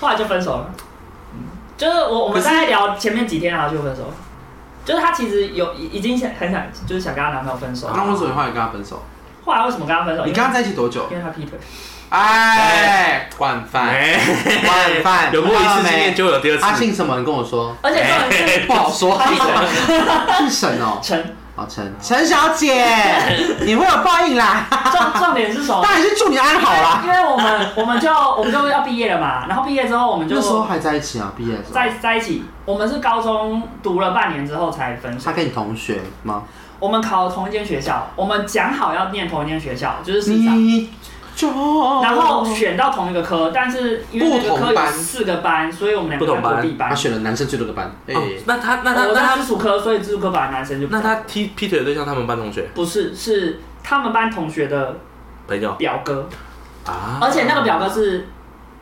S3: 后来就分手了。嗯就是我我
S1: 可
S3: 们
S1: 是
S3: 大概聊前面几天，然后就分手了。就是她其实有已已经想很想，就是想跟她男朋友分手。
S1: 那为什么后来跟他分手？
S3: 后来为什么跟她分手？
S1: 啊你跟他在一起多久
S3: 因为？因为她劈腿。
S1: 哎，惯犯，
S2: 哎、
S1: 惯犯，
S2: 有过一次经验就有第二
S1: 他
S2: 次。
S1: 姓什么？你跟我说，
S3: 而且重点是
S1: 不好说。
S3: 他劈腿了
S1: 是沈哦，
S3: 陈
S1: 好陈陈小 姐，你会有报应啦！
S3: 重重点是什么？
S1: 当然是祝你安好啦。
S3: 因为我们我们就我们就要毕业了嘛，然后毕业之后我们就
S1: 那时候还在一起啊，毕业的时候。
S3: 在在一起。我们是高中读了半年之后才分手
S1: 他。跟你同学吗？
S3: 我们考同一间学校，我们讲好要念同一间学校，就是市长，
S1: 你就
S3: 然后选到同一个科，但是因为那个科有四个班，所以我们两个在隔壁班
S1: 他。选了男生最多的班，哎、
S2: 哦那她啊那她
S3: 我
S2: 那
S3: 在私
S2: 她
S3: 塾科，所以私塾科把男生就
S2: 那她踢劈腿的对象，他们班同学
S3: 不是是他们班同学的
S2: 朋友
S3: 表哥，
S2: 啊
S3: 而且那个表哥是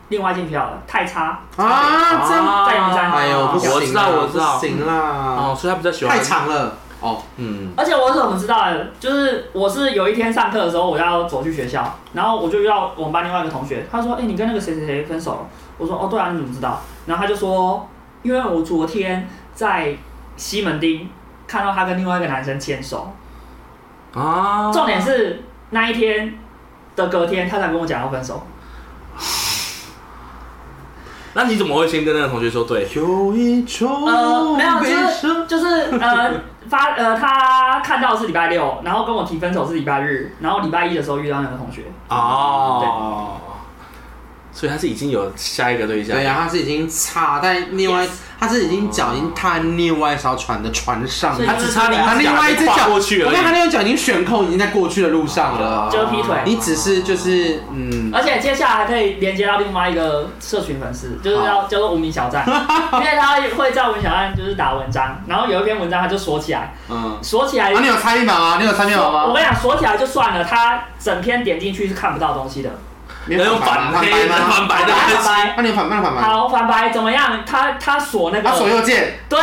S3: 另外一间学校的，太差
S1: 啊，这样，
S3: 在云山
S1: 哎呦，不行啦，
S2: 我知道我知道
S1: 不行啦，
S2: 哦，所以他比较喜欢
S1: 太长了哦，
S2: 嗯，
S3: 而且我是怎么知道的？就是我是有一天上课的时候，我要走去学校，然后我就遇到我们班另外一个同学，他说：“哎、你跟那个谁谁谁分手了？”我说：“哦，对啊，你怎么知道？”然后他就说：“因为我昨天在西门町看到他跟另外一个男生牵手，
S2: 啊，
S3: 重点是那一天的隔天，他才跟我讲要分手。
S2: 那你怎么会先跟那个同学说对？
S1: 有一种
S3: 呃，没有，
S1: 悲
S3: 就是
S1: 伤
S3: 就是呃发呃， 他看到是礼拜六，然后跟我提分手是礼拜日，然后礼拜一的时候遇到那个同学。”
S2: 哦，所以他是已经有下一个对象，
S1: 对呀、他是已经插在另外
S3: Yes
S1: 他是已经脚已经踏在另外一艘船的船上
S3: 所以
S1: 了，
S2: 他只差 你
S1: 他另外一只
S2: 跨
S1: 脚
S2: 过去
S1: 我
S2: 而
S1: 看他
S2: 已，
S1: 另外一脚已经悬空，已经在过去的路上了。
S3: 就是劈腿
S1: 你只是就是嗯，
S3: 而且接下来还可以连接到另外一个社群粉丝，就是要叫做无名 小站，因为他会在无名小站就是打文章，然后有一篇文章他就锁起来，
S1: 嗯，
S3: 锁起来。
S1: 啊，你有参与码吗？你有参与码
S3: 哎我
S1: 吗？
S3: 跟你讲，锁起来就算了，他整篇点进去是看不到东西的。
S1: 你
S2: 能
S1: 有
S2: 用
S1: 反
S2: 反
S1: 白
S2: 黑、
S1: 吗？
S2: 哎反白
S3: 反
S2: 的
S3: 白
S2: 分
S3: 反
S2: 析，
S3: 白，
S1: 那你有反白反白吗？
S3: 好反白怎么样？他他锁那
S1: 他左
S3: 个
S1: 右键，
S3: 对，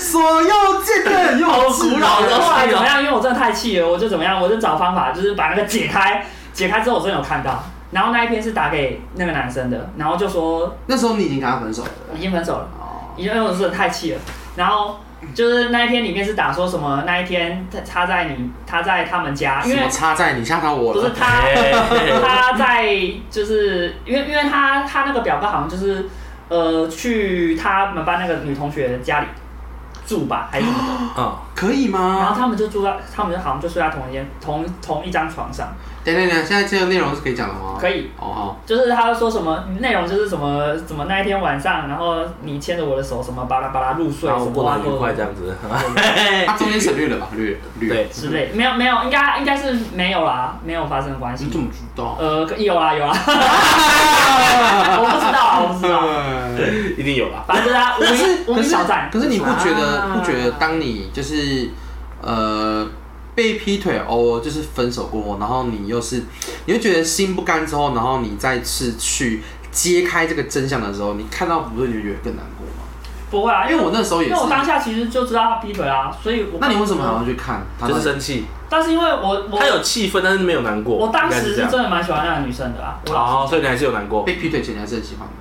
S1: 左右键的右
S2: 好古老的哦
S3: 后来怎么样？因为我真的太气了，我就怎么样，我就找方法，就是把那个解开。解开之后我真的有看到，然后那一篇是打给那个男生的，然后就说
S1: 那时候你已经跟他分手了。
S3: 已经分手了。
S1: 哦，
S3: 因为我真的太气了。然后就是那一篇里面是打说什么那一天他他在你他在他们家，因
S1: 什
S3: 为
S1: 么插在你吓到我
S3: 不是
S1: 了？
S3: 他
S2: 哎
S3: 他在就是因为因为他他那个表哥好像就是呃去他们班那个女同学家里住吧还是什么
S2: 啊，
S1: 可以
S3: 的，然后
S1: 吗？
S3: 他们就住在他们就好像就睡在同一间同同一张床上，
S1: 等等等，现在这个内容是可以讲的吗？
S3: 可
S1: 以。
S3: 以。
S1: 哦好，
S3: 就是他说什么内容就是什么什么那一天晚上，然后你牵着我的手什么巴拉巴拉入睡
S2: 然
S1: 啊
S3: 什
S2: 后
S3: 么
S2: 过得愉快
S3: 哇
S2: 这样子，
S1: 他中间省略了吧？略略。
S2: 对，
S3: 之类，没有没有，应该应该是没有啦，没有发生关系
S1: 你。怎么知道？
S3: 呃，有啦有啦， 我不知道啊，我不知道。
S1: 对。
S2: 一定有啦。
S3: 反正就是他无
S1: 可
S3: 名
S1: 是可
S3: 无名
S1: 是
S3: 小站，
S1: 可是你不觉得
S2: 啊
S1: 不觉得当你就是呃被劈腿哦，就是分手过后，然后你又是你会觉得心不甘之后，然后你再次去揭开这个真相的时候，你看到不对，你就觉得更难过吗？
S3: 不会啊，因
S1: 因
S3: 为
S1: 为我那时候也
S3: 因
S1: 是
S3: 为。我当下其实就知道他劈腿啦，所以我
S1: 那你为什么还要？去看？他
S2: 就是生气，
S3: 但是因为我我
S2: 他有气愤，但是没有难过。
S3: 我当
S2: 应该是
S3: 时
S2: 这
S3: 是
S2: 样
S3: 真的蛮喜欢那个女生的啊，我老实
S2: 哦，所以你还是有难过。
S1: 被劈腿前你还是很喜欢的。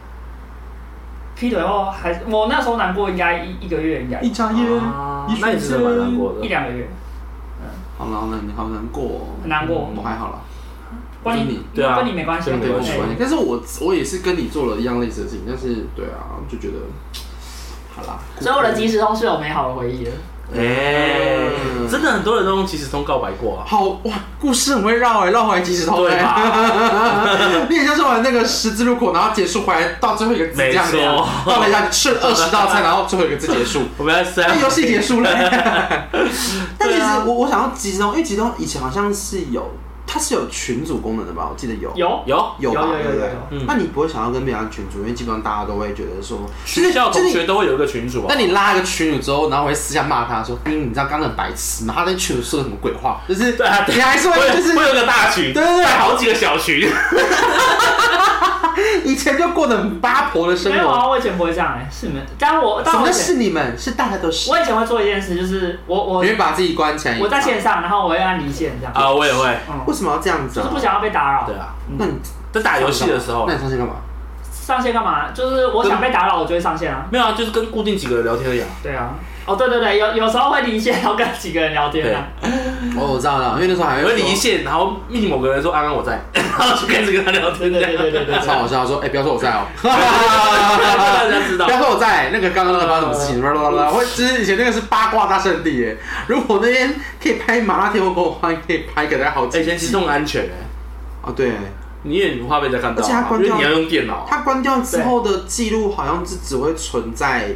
S3: 劈腿后还是我那时候难过，应该一一个月应该
S1: 一眨
S2: 啊那也是蛮难过
S3: 一
S2: 的。
S3: 两个月，
S1: 好了好了，你好难过、哦。
S3: 很难过
S2: 嗯，
S1: 我还好了，
S3: 关
S1: 就是
S3: 你
S1: 你
S2: 对啊
S3: 跟你没关系，
S2: 对
S1: 对，我
S2: 关系
S1: 喜欢你。但是我我也是跟你做了一样类似的事情，但是对啊，就觉得好啦。
S3: 所以我的即时通是有美好的回忆的。
S2: 哎
S1: 嗯，
S2: 真的很多人都用即时通告白过啊，
S1: 好哇，故事很会绕哎、绕回来即时通
S2: 对
S1: 哎，
S2: 吧？
S1: 你很像是玩那个十字路口，然后结束回来到最后一个字这样子，
S2: 没错
S1: 绕了一下顺二十道菜，然后最后一个字结 束。
S2: 我们要三
S1: 那游戏 结束了。但其
S2: 对
S1: 实
S2: 啊
S1: 我我想要集中，因为集中以前好像是有它是有群组功能的吧？我记得有，
S3: 有
S2: 有
S1: 有吧？
S3: 有有有
S1: 对不对
S3: 有有
S2: 嗯
S1: 那你不会想要跟别人群组，因为基本上大家都会觉得说，
S2: 学校
S1: 就
S2: 同
S1: 是
S2: 学都会有一个群主啊
S1: 那。你拉一个群主之后，然后我会私下骂他说：“嗯，你知道刚刚很白痴吗？他在群主说的什么鬼话？就是
S2: 对啊对
S1: 你还是会就是
S2: 会有个大群，
S1: 对对对
S2: 好几个小群，
S1: 以前就过得很八婆的生
S3: 没有
S1: 活。
S3: 啊，我以前不会这样哎、是没，但我
S1: 什
S3: 但
S1: 么
S3: 我
S1: 叫
S3: 以
S1: 是
S3: 前
S1: 你们？是大家都是。
S3: 我以前会做一件事，就是我我
S1: 你会把自己关起来。
S3: 我在线上，然后我会按离线这样，
S2: 啊，我也会，
S3: 嗯，
S1: 为什么要这样子
S3: 就是
S1: 啊
S3: 不？想要被打扰。
S2: 对啊，
S1: 那
S3: 嗯，
S1: 你
S2: 在打游戏的时候啊
S1: 那，你上线干嘛？
S3: 上线干嘛？就是我想被打扰，我就会上线啊。
S2: 没有啊，就是跟固定几个人聊天而已啊。
S3: 对啊，哦对对对，有有时候会离线，然后跟几个人聊天啊。
S1: 哦，我知道了，因为那时候还
S2: 有
S1: 会
S2: 人离线，然后密某个人说安安我在，然后就开始跟他聊天，
S3: 对对对对 对对
S1: 超
S3: 对。
S1: 好笑，说哎，不要说我在哦，
S2: 大家知道
S1: 不。要说我在，那个刚刚那个发生什么事情，啦啦啦啦，会就是以前那个是八卦大圣地耶。如果那边可以拍麻辣天火锅的话，可以拍给大家好
S2: 哎，以
S1: 几
S2: 前
S1: 集
S2: 行。动很安全哎，
S1: 哦，对，
S2: 你也不怕被人家看到
S1: 而且他
S2: 啊，
S1: 关
S2: 因为
S1: 掉
S2: 你要用电脑啊。
S1: 它关掉之后的记录好像是只会存在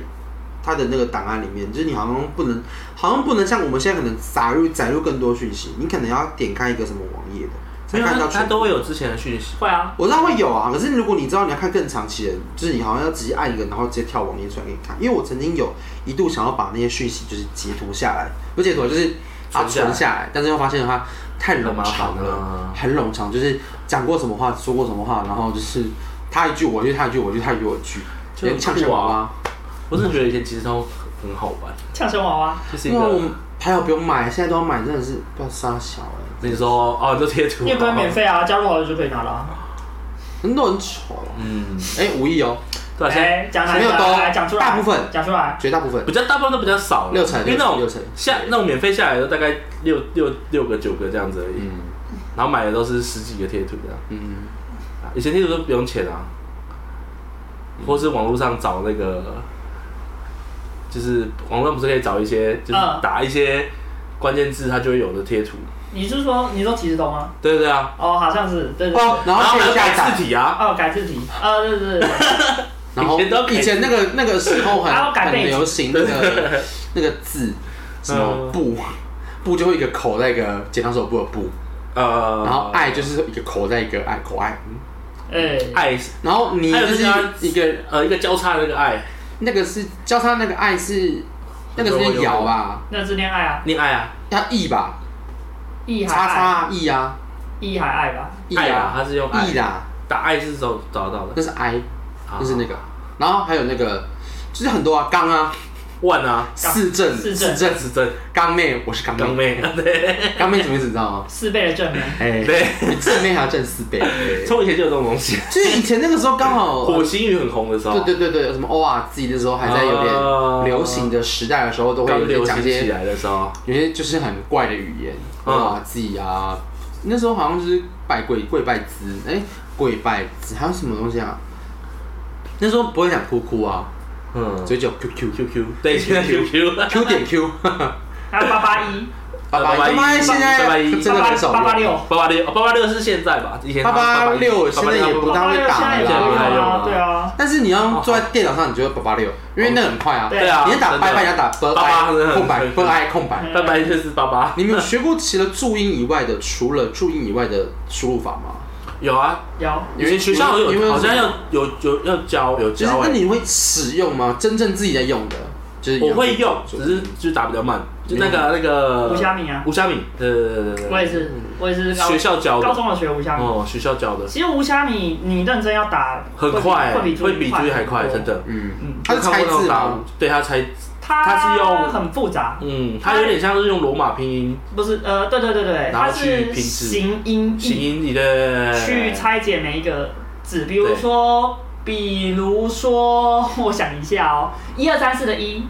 S1: 它的那个档案里面，就是你好像不能，好像不能像我们现在可能载入载入更多讯息，你可能要点开一个什么网页的才
S2: 没有，啊
S1: 看到
S2: 他
S1: 全
S2: 他
S1: 部
S2: 都会有之前的讯息。
S3: 会啊，
S1: 我知道会有啊，可是如果你知道你要看更长期的，就是你好像要直接按一个，然后直接跳网页出来给你看。因为我曾经有一度想要把那些讯息就是截图下来，不是截图就是把它存
S2: 存
S1: 下来，但是又发现的话太冗
S2: 很麻
S1: 长
S2: 烦
S1: 了
S2: 啊，
S1: 很冗长，就是讲过什么话，说过什么话，然后就是他一句我一句，他一句我一句，他一句我一句，
S2: 就
S1: 连
S2: 很
S1: 呛声
S2: 酷啊
S1: 娃娃。
S2: 我真的觉得以前即时通很好玩，
S3: 呛声娃娃，
S2: 就是一
S1: 因为我
S2: 个
S1: 们还好不用买，现在都要买，真的是不要杀小哎、
S2: 你说哦，你就贴图，
S3: 你也不用免费啊，加入好友就可以拿了啊。
S1: 很多人丑了。
S2: 嗯，
S1: 哎、无意哦，
S2: 对啊，现在
S3: 哎，讲哪
S1: 没
S3: 一
S1: 有
S3: 个
S1: 都
S3: 来讲出来，
S1: 大部分
S3: 讲出来。
S1: 绝大部分
S2: 比较大部分都比较少了，
S1: 六成
S2: 因为那种
S1: 六成
S2: 下那种免费下来的大概六六六个九个这样子而已，
S1: 嗯
S2: 然后买的都是十几个贴图这样，
S1: 嗯。
S2: 啊以前贴图都不用钱啊，或是网络上找那个，就是网络上不是可以找一些，就是
S3: 嗯
S2: 打一些关键字它就会有的贴图，
S3: 你是说你说即时通吗？
S2: 对对啊，
S3: 哦，好像是，对对对。
S1: 哦，然后
S2: 还
S1: 可
S2: 有
S1: 以下载
S2: 改。字体啊，
S3: 哦，改字体，啊，对对对，
S1: 然后
S2: 以前都可以
S1: 以前那个那个时 候
S3: 还要
S1: 很
S3: 改
S1: 很
S3: 背景
S1: 流行那个那个字，什么
S2: 嗯
S1: 布布就会一个口在一个剪刀手布的布，
S2: 呃，
S1: 然后爱就是一个口在一个爱口爱，嗯
S3: 哎，
S2: 爱，
S1: 然后你
S2: 还有
S1: 就
S2: 那
S1: 是
S2: 个啊
S1: 一个
S2: 呃，一个交叉的那个爱，
S1: 那个是交叉那个爱是那个是念咬吧，
S3: 那是恋爱啊，
S2: 恋爱啊，
S1: 要意吧，
S3: 意海
S1: 叉
S3: 爱，
S1: 叉意啊
S3: 意海爱吧，
S1: 意
S2: 爱啊，
S1: 啊
S2: 它是用爱
S1: 意，啦，
S2: 打爱是找找得到的，
S1: 那是 I，
S2: 啊
S1: 就是那个，然后还有那个就是很多啊，刚啊，
S2: 万啊，
S1: 四正
S3: 四正
S1: 四正
S2: 是真
S1: 刚妹，我是刚
S2: 刚
S1: 妹，
S2: 妹，啊 对
S1: 刚妹什么意思你知道 吗？
S3: 四倍的正面，
S1: 哎，
S2: 对。
S1: 比正妹还要正四倍。
S2: 从以前就有这种东西，
S1: 就是以前那个时候刚好，
S2: 火星啊语很红的时候，
S1: 对对对对，什么 ORZ 的时候还在有点流行的时代的时候，都会
S2: 啊刚
S1: 有
S2: 流
S1: 点
S2: 行
S1: 讲一
S2: 起
S1: 些
S2: 来的时候，
S1: 有些就是很怪的语言
S2: 嗯
S1: ，ORZ 啊，那时候好像就是拜跪跪拜姿，哎，跪拜姿还有什么东西啊？那时候不会讲哭哭啊，
S2: 嗯
S1: 所以叫 QQ
S2: ，QQ，对，现在 QQ，
S1: Q 点 Q，
S3: 还有八八一，
S1: 八八
S2: 八八一
S1: 一，八八一现
S2: 八八
S1: 在
S2: 一
S1: 真
S3: 八
S1: 的
S3: 八
S1: 很少
S3: 八八
S1: 用，
S3: 六，
S2: 八八六，八八六是现在吧？以前
S1: 八八六
S2: 八
S1: 现
S2: 八
S1: 在也
S2: 六
S1: 不
S3: 八
S1: 大
S3: 八
S1: 会
S3: 六现
S1: 打
S3: 在也
S1: 了
S3: 不用
S1: 啦。
S3: 啊，对啊。
S1: 但是你要坐在电脑上，你就会八八六，因为那很快啊。
S3: 对
S2: 哦对啊，
S1: 你要打拜拜，你要打 b
S2: 八真的
S1: i
S2: 很
S1: 空白 b i 空白。
S2: 拜拜就是八八，
S1: 你们有学过除了注音以外的，除了注音以外的输入法吗？
S2: 有啊，
S3: 有，
S2: 以前学校
S1: 因为
S2: 有，好像要有有要教有
S1: 就是
S2: 教
S1: 那
S2: 哎，
S1: 你会使用吗？真正自己在用的，就是
S2: 我会用，只是就打比较慢，就那
S1: 嗯
S2: 个那个
S3: 无虾米啊
S2: 无虾米，对对对对
S3: 我也
S2: 对，
S3: 是，我也是高
S2: 学校教
S3: 高
S2: 的，
S3: 中的学无虾米。
S2: 哦，学校教的，
S3: 其实无虾米你认真要打，
S2: 很快，欸
S3: 会比
S2: 会比注意还快，真。
S3: 很多
S2: 的。
S1: 嗯，
S3: 嗯，
S1: 它是猜字吗？？
S2: 对，它猜
S3: 它
S2: 它是用
S3: 很复杂，
S2: 嗯，它有点像是用罗马拼音、
S3: 不是呃，对对对对，
S2: 然后
S3: 它
S2: 去
S3: 是
S2: 拼字
S3: 形音
S2: 形
S3: 义
S2: 音你的
S3: 去拆解每一个字，比如
S2: 对
S3: 说，比如说，我想一下哦，一二三四的一，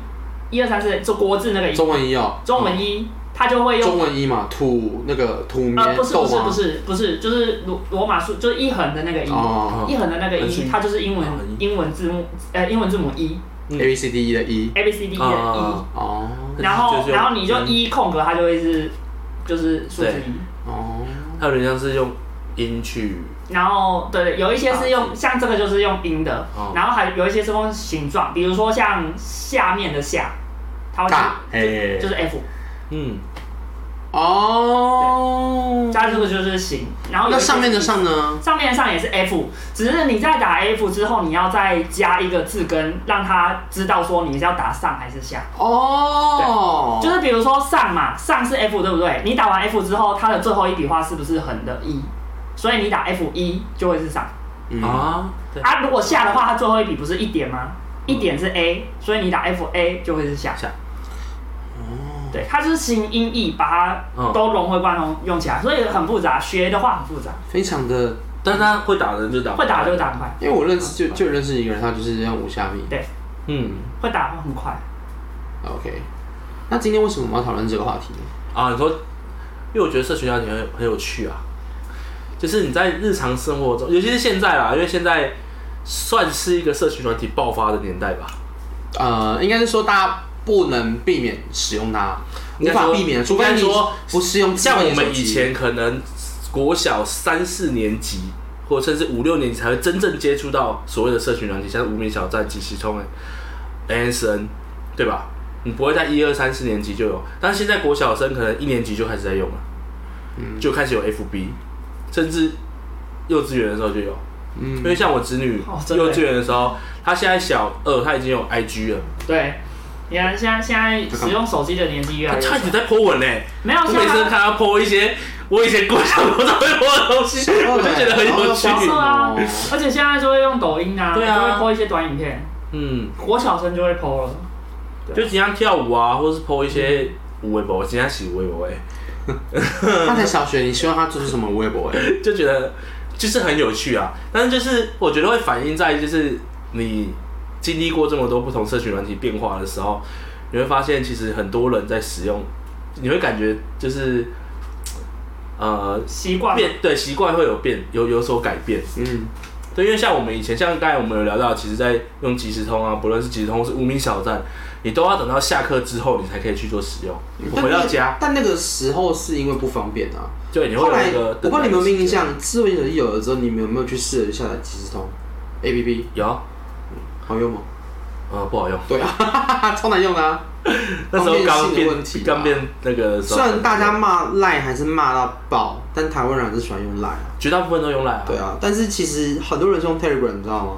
S3: 一二三四就国字那个一，
S1: 中文一哦，
S3: 中文一，它就会
S1: 中
S3: 用。
S1: 文一嘛，土那个土棉
S2: 啊
S3: 呃，不是
S1: 豆
S3: 不是不
S1: 吗？
S3: 是不是，就是罗罗马数，就是一横的那个一，
S1: 哦
S3: 一横的那个
S2: 横竖
S3: 一，它就是英文
S2: 啊横一
S3: 英文字母，呃，英文字母一
S2: 嗯
S1: ，A B C D E 的一
S3: ，A B C D E 的
S2: 啊
S3: 一，
S1: 哦
S3: 然后
S2: 就是用
S3: 然后你就
S2: 嗯
S3: 一空格，它就会是就是数字
S2: 对
S3: 一，
S1: 哦，
S2: 它有点像是用音去
S3: 然后对，有一些是
S2: 打
S3: 用像这个就是用音的
S2: 哦，
S3: 然后还有一些是用形状，比如说像下面的下，它会
S1: 大
S3: 是
S1: 哎
S3: 就，是 F，
S2: 嗯
S1: 哦，
S3: 加这个就是行。然后有
S1: 那
S3: 一些
S1: 上面的
S3: 是
S1: 上呢？
S3: 上面的上也是 F，只是你在打 F 之后，你要再加一个字根，让他知道说你是要打上还是下。
S1: 哦，
S3: 就是比如说上嘛，上是 F 对不对？你打完 F 之后，它的最后一笔画是不是横的 E？所以你打 F 一就会是上
S1: 嗯，
S2: 啊，对，
S3: 啊。如果下的话，它最后一笔不是一点吗？一点是 A，所以你打 F A 就会是下。
S2: 下
S3: 对，它就是形音义把它都融会贯通用起来，所以很复杂。学的话很复杂，
S1: 非常的，
S2: 但是他会打人就打，
S3: 会打就会打很快，
S1: 因为我认识就就认识一个人，他就是这样无下米。
S2: 嗯
S3: 会打很快。
S1: OK，那今天为什么我们要讨论这个话题呢？
S2: 啊，你说，因为我觉得社群聊天很很有趣啊，就是你在日常生活中，尤其是现在啦，因为现在算是一个社群软体爆发的年代吧，
S1: 呃，应该是说大家不能避免使用它，无
S2: 应该
S1: 法
S2: 说
S1: 避免，除非
S2: 应该
S1: 你
S2: 说
S1: 不适用智
S2: 像
S1: 慧
S2: 我
S1: 型手机。
S2: 们以前可能国小三四年级，或者甚至五六年级才会真正接触到所谓的社群软体，像是无名小站、即时通、ASN，对吧？你不会在一二三四年级就有，但是现在国小生可能一年级就开始在用了，
S3: 嗯
S2: 就开始有 FB，甚至幼稚园的时候就有。
S1: 嗯
S2: 因为像我侄女
S3: 哦真的耶
S2: 幼稚园的时候，她现在小二，她已经有 IG 了，
S3: 对，你看现在现在使用手机的年纪越来
S2: 她
S3: 越
S2: 她
S3: 少
S2: 一，直在 po 文嘞。
S3: 没有
S2: 我
S3: 现
S2: 每次都
S3: 在
S2: 看他 po 一些我以前国小国中会 po 的东西，我就觉得很有
S1: 小
S2: 趣
S1: 时。
S3: 色
S1: 候
S3: 啊，而且现在就会用抖音啊，
S2: 对啊
S3: 就会 po 一些短影片，
S2: 嗯，
S3: 国小生就会 po 了。
S2: 就经常跳舞啊，或是 po 一些舞微博，经常洗微博，哎，
S1: 他才小学，你希望他做出什么微 博、欸？
S2: 就觉得就是很有趣啊。但是就是我觉得会反映在就是你经历过这么多不同社群软体变化的时候，你会发现其实很多人在使用，你会感觉就是呃
S3: 习惯
S2: 变对习惯会有变有有所改变。
S1: 嗯，
S2: 对，因为像我们以前，像刚才我们有聊到，其实，在用即时通啊，不论是即时通或是无名小站，你都要等到下课之后，你才可以去做使用。我回到家，
S1: 嗯但那个时候是因为不方便啊。
S2: 对，你会
S1: 后
S2: 有
S1: 来
S2: 一个
S1: 我
S2: 等待的时间。
S1: 不知道你们有没有印象，智慧型手机有了之后，你们有没有去试着下载即时通 APP？
S2: 有，
S1: 好用吗？
S2: 呃，不好用。
S1: 对啊， 超难用的啊。
S2: 那时候
S1: 方便性
S2: 刚
S1: 的
S2: 变
S1: 问题啊
S2: 刚变那个时
S1: 虽
S2: 候，
S1: 然大家骂赖还是骂到爆，但台湾人还是喜欢用赖啊。
S2: 绝大部分都用来啊，
S1: 对啊，但是其实很多人是用 Telegram，你知道吗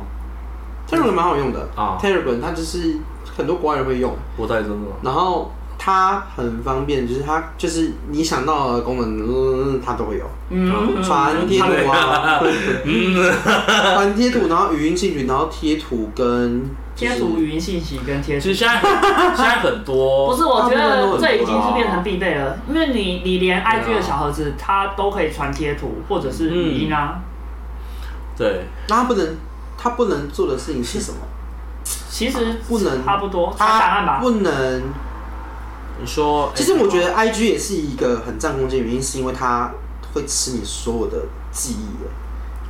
S1: ？Telegram 蛮好用的
S2: 啊
S1: Telegram 它就是很多国外人会用，
S2: 我到底怎么用？
S1: 然后它很方便，就是它就是你想到的功能，嗯它都会有。
S3: 嗯，
S1: 传贴
S3: 嗯
S1: 图啊，
S2: 嗯
S1: 传贴图，然后语音进去，然后贴图跟
S3: 贴图、语音信息跟贴图
S2: 其实。现在现在很 多，
S3: 不是，我觉
S1: 大部分都
S3: 得
S1: 很
S3: 这已经是变成必备了，因为你你连 IG
S2: 对啊
S3: 的小盒子，它都可以传贴图或者是语音啊。
S2: 对，
S1: 那他不能，他不能做的事情是什么？
S3: 其实
S1: 不能
S3: 差不多，传档案
S1: 他
S3: 吧。
S1: 不能。
S2: 你说，
S1: 其实我觉
S2: 得
S1: 得 I G 也是一个很占空间的原因，是因为它会吃你所有的记忆耶。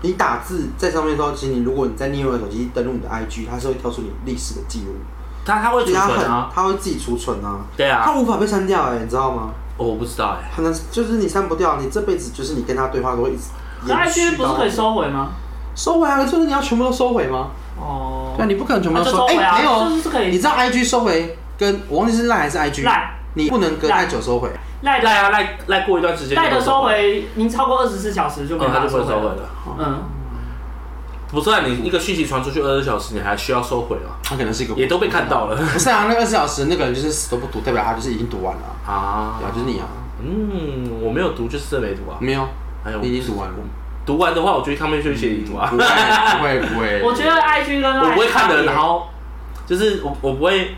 S1: 你打字在上面的时候，其实你如果你在另外的手机登录你的 I G，它是会跳出你历史的记录，
S2: 它它会
S1: 所
S2: 储
S1: 以它
S2: 存
S1: 很
S2: 啊，，
S1: 它会自己储存啊，
S2: 对啊，
S1: 它无法被删掉哎，你知道吗？
S2: 哦我不知道哎，
S1: 很难，就是你删不掉，你这辈子就是你跟他对话都会一直
S3: 可
S1: 延
S3: IG
S1: 续
S3: 不
S1: 到
S3: 是可以收回吗？
S1: 收回啊？就是你要全部都收回吗？
S3: 哦
S1: 对啊，，你不可能全部
S3: 那
S1: 都
S3: 就
S1: 收。
S3: 收回
S1: 哎，
S3: 啊，
S1: 没有，
S3: 就是是可
S1: 你
S3: 以
S1: 知道 IG 收回跟我忘记是赖还是 IG，
S3: 赖
S1: 你不能隔太
S3: 赖
S1: 久收回。
S3: 赖的
S2: 赖啊赖赖过一段时间，
S3: 赖的收，回，您超过二十四小时就
S2: 嗯，
S3: 没
S2: 它
S3: 办
S2: 就
S3: 法
S2: 不会
S3: 收回
S2: 收回
S3: 了。
S2: 了。
S3: 嗯，
S2: 不是啊，你一个讯息传出去二十小时，你还需要收回啊？
S1: 他可能是一个
S2: 也都被看到了
S1: 不是啊，那二十小时那个人就是死都不读，代表他就是已经读完了啊，
S2: 啊
S1: 对 啊，就是你啊，
S2: 嗯，我没有读，就是真的没读啊。
S1: 没有，
S2: 哎呦
S1: 你已经读完啊嗯了，
S2: 读完的话，我就去看面去写读啊
S1: 不。会不会不 会，
S3: 我觉得 IG 跟 LINE
S2: 我不
S1: 啊
S2: 会看的，
S3: 差别
S2: 然后就是我我不会，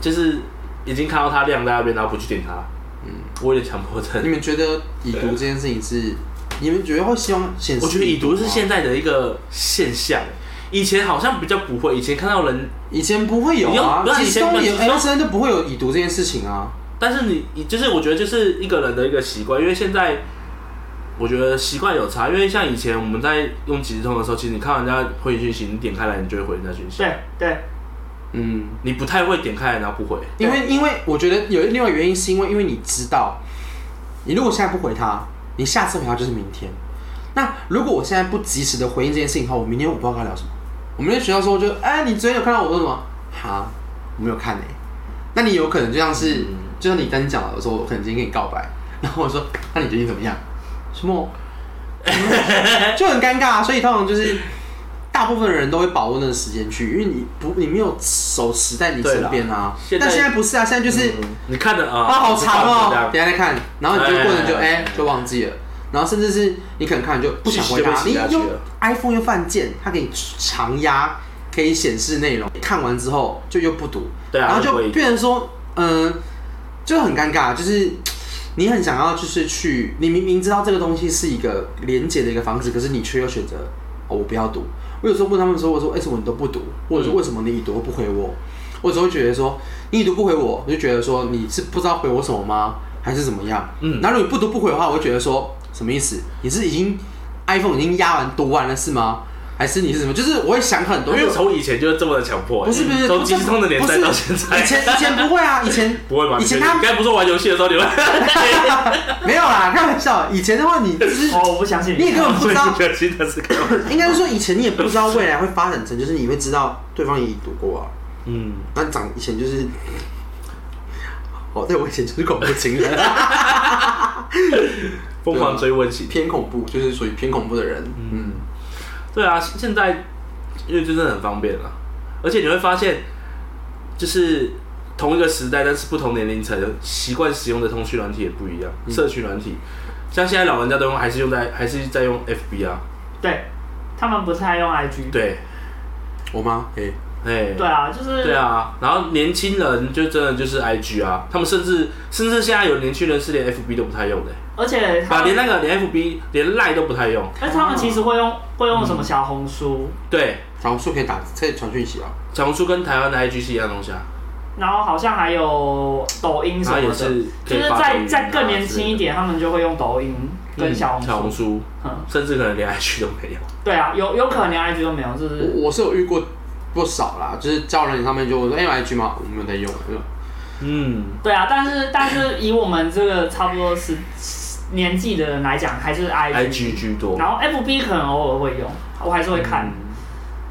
S2: 就是已经看到它亮在那边，然后不去点它。嗯，我有点强迫
S1: 你
S2: 症。
S1: 们觉得已读这件事情是，你们觉得会希望显示？
S2: 我觉得已读是现
S1: 在
S2: 在的一个现象，以前好像比较不会，以前看到人，
S1: 以前不会有
S2: 你
S1: 啊
S2: 用，不是
S1: 其实
S2: 以前
S1: 都
S2: 本
S1: 有
S2: 身
S1: M 生都不会有已读这件事情啊。
S2: 但是你你就是我觉得就是一个人的一个习惯，因为现在我觉得习惯有差，因为像以前我们在用即时通的时候，其实你看人家回讯息，你点开来，你就会回人家讯息。
S3: 对对，
S1: 嗯，
S2: 你不太会点开，然后不回。
S1: 因为因为我觉得有另外原因是因为因为你知道，你如果现在不回他，你下次回他就是明天。那如果我现在不及时的回应这件事情的话，我明天我不知道该聊什么。我们在学校说就哎、你昨天有看到我说什么？哈，欸我没有看哎、那你有可能就像是，
S2: 嗯
S1: 就像你刚讲的，我说我可能今天跟你告白，然后我说那你最近怎么样？什么？ 就很尴尬，所以通常就是大部分人都会把握那个时间去，因为你不你没有手持在你身边啊。
S2: 对啦现在
S1: 但现在不是啊，现在就是、
S2: 嗯你看的啊，
S1: 啊好长
S2: 这
S1: 哦
S2: 样，
S1: 等一下再看，然后你就
S2: 哎
S1: 过程就
S2: 哎哎
S1: 哎
S2: 哎
S1: 就忘记了，然后甚至是你可能看了就不想回答，
S2: 信息
S1: 你
S2: 就被洗下去
S1: 用
S2: 了
S1: iPhone 又犯贱，它给你长压，可以显示内容，看完之后就又不读，
S2: 对啊
S1: 然后
S2: 又不
S1: 就
S2: 会
S1: 变成说，嗯、就很尴尬，就是你很想要就是去，你明明知道这个东西是一个连接的一个方式，可是你却又选择哦我不要读。我有时候问他们说，我说哎为什么你都不读，或者
S2: 嗯
S1: 说为什么你已读不回我？我只会觉得说，你已读不回我，我就觉得说你是不知道回我什么吗？还是怎么样？
S2: 嗯
S1: 然后如果你不读不回的话，我会觉得说什么意思？你是已经 iPhone 已经压完读完了是吗？还是你是什么？就是我会想很多，因
S2: 因
S1: 为
S2: 为
S1: 我
S2: 从以前就是这么的强迫，
S1: 不是不是
S2: 从即时通的年代到
S1: 不是
S2: 现在，
S1: 以前以前不会啊，以前
S2: 不会吧？
S1: 以前
S2: 你
S1: 他
S2: 你该不是玩游戏的时 候你们
S1: 没有啦，开玩笑。以前的话，你就是
S3: 哦，我不相信。
S1: 你也根本不知 道，
S2: 最新的是干嘛？
S1: 应该是说以前你也不知道未来会发展成，就是你会知道对方也已读过啊。
S2: 嗯，
S1: 那长以前就是，哦，对我以前就是恐怖情人，
S2: 疯狂追问型。
S1: 偏恐怖，就是属于偏恐怖的人。嗯，
S2: 对啊，现在因为就真的很方便了，而且你会发现，就是同一个时代，但是不同年龄层习惯使用的通讯软体也不一样，
S3: 嗯
S2: 社群软体。像现在老人家都用，还是用在还是在用 FB 啊？
S3: 对，他们不太用 IG。
S2: 对，
S1: 我吗？诶、
S2: 哎，
S3: 对啊，就是
S2: 对啊，然后年轻人就真的就是 IG 啊，他们甚至甚至现在有年轻人是连 FB 都不太用 的、
S3: 而且
S2: 把
S3: 他
S2: 连
S3: 们，
S2: 那个连 FB 连 Line 都不太用。
S3: 而且他们其实会用会用什么小红书，
S2: 对，
S1: 小红书可以打，可以传讯息啊。
S2: 小红书跟台湾的 IG 是一样的东西啊，
S3: 然后好像还有抖音什
S2: 然后
S3: 么
S2: 也
S3: 的，
S2: 是可
S3: 就
S2: 以
S3: 是
S2: 发抖音
S3: 在
S2: 啊
S3: 在更年轻一
S2: 之类
S3: 点，他们就会用抖音
S2: 的
S3: 跟
S2: 嗯
S3: 小
S2: 小红
S3: 红书。
S2: 书，
S3: 嗯，
S2: 甚至可能连 IG 都没有。
S3: 对啊，有有可能连 IG 都没有，就
S1: 我
S2: 嗯
S3: 是
S1: 我是有遇过不少啦，就是教人上面就我说，哎、欸，来一句吗？我没有在用。没有
S2: 嗯，
S3: 对啊，但是但是以我们这个差不多是年纪的人来讲，还是
S2: ，IG 居多。
S3: 然后 FB 可能偶尔会用，我还是会看。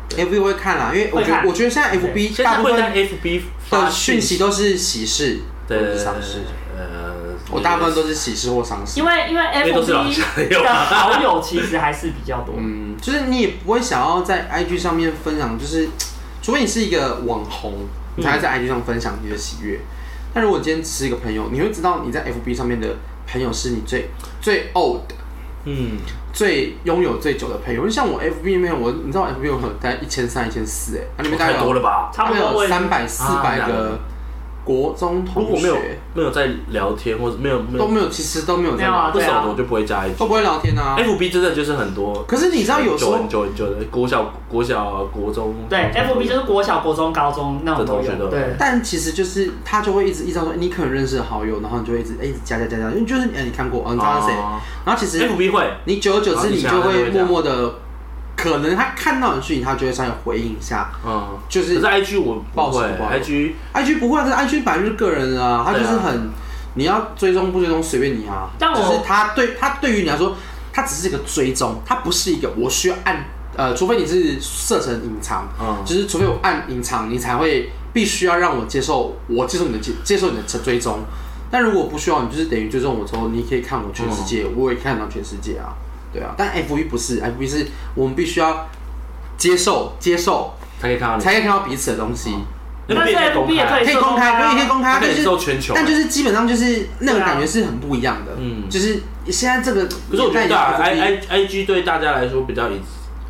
S1: FB 会看啊啦，因为我觉
S3: 会看
S1: 得我觉得现在
S2: 嗯，
S1: FB
S2: 现
S1: 大
S2: 在
S1: 部
S2: 会在
S1: 分
S2: FB 发
S1: 的讯息都是喜事，
S2: 对
S1: 或者是丧事。
S2: 呃，
S1: 我大部分都是喜事或丧事
S3: 因。为因为
S2: 因为都是老
S3: FB
S2: 乡用
S3: 的好友其实还是比较多，
S1: 嗯，就是你也不会想要在 IG 上面分享，就是除非你是一个网红，
S2: 嗯
S1: 你才会在 IG 上分享你的喜悦。但如果你今天只是一个朋友，你会知道你在 FB 上面的朋友是你最最 old、
S2: 嗯，
S1: 最拥有最久的朋友。就像我 FB 里面，我你知道我 FB 有大概一千三、一千四，哎，那里面大概
S2: 哦太多了
S1: 有
S2: 吧？
S3: 差不
S1: 大概
S3: 多
S1: 有
S3: 会
S1: 三百、四百
S2: 啊
S1: 个国中
S2: 如
S1: 同
S2: 果没有
S1: 学
S2: 没有在聊天，或者没有没
S1: 都
S2: 有
S1: 没有，其实都没有
S3: 没
S1: 在
S3: 有啊
S1: 聊，
S2: 不熟
S3: 对啊
S2: 的，我就不会加 IG。
S1: 都不会聊天啊。
S2: FB 真的就是很多，
S1: 可是你知道有时候
S2: 很久很久的国小、国小、国中，
S3: 对
S2: 国中
S3: ，FB 就是国小、国中、高中那种都
S2: 这
S3: 有，
S2: 种都有
S3: 对，
S1: 但其实就是他就会一直依照说，哎你可能认识的好友，然后你就会一直哎一直加加加加，因为就是哎你看过，哦你知道是谁，
S2: 哦
S1: 然后其实
S2: FB 会，
S1: 你久而久之你就
S2: 然后你
S1: 会
S2: 想要他就会这
S1: 默
S2: 样
S1: 默的，可能他看到你的讯息，他就会稍微回应一下。
S2: 嗯，
S1: 就
S2: 可是
S1: 是
S2: IG 我
S1: 报
S2: 不
S1: 仇
S2: 会
S1: 报仇
S2: ，IG
S1: IG 不会，啊可是 IG 本来就是个人的啊，他就是
S2: 对啊
S1: 很你要追踪不追踪随便你啊，
S3: 但我
S1: 就是他对他对于你来说，他只是一个追踪，他不是一个我需要按呃，除非你是设成隐藏，
S2: 嗯
S1: 就是除非我按隐藏，你才会必须要让我接受我接受你的接接受你的追踪。但如果不需要，你就是等于追踪我之后，你可以看我全世界，我也看到全世界啊，对啊。但 FB 不是，FB 是我们必须要接受接受，
S2: 才可以看到你，
S1: 才可以看到彼此的东西。
S3: 但是 FB 也可以
S1: 可以
S3: 设
S1: 公开，
S3: 啊
S1: 可以可以公开，
S2: 它可以
S1: 就是
S2: 受全球啊欸
S1: 但就是基本上就是那个
S3: 对啊
S1: 感觉是很不一样的，
S2: 嗯
S1: 就是现在这个，
S2: 可是我觉得啊大 I
S1: 哎
S2: I I G 对大家来说比较隐，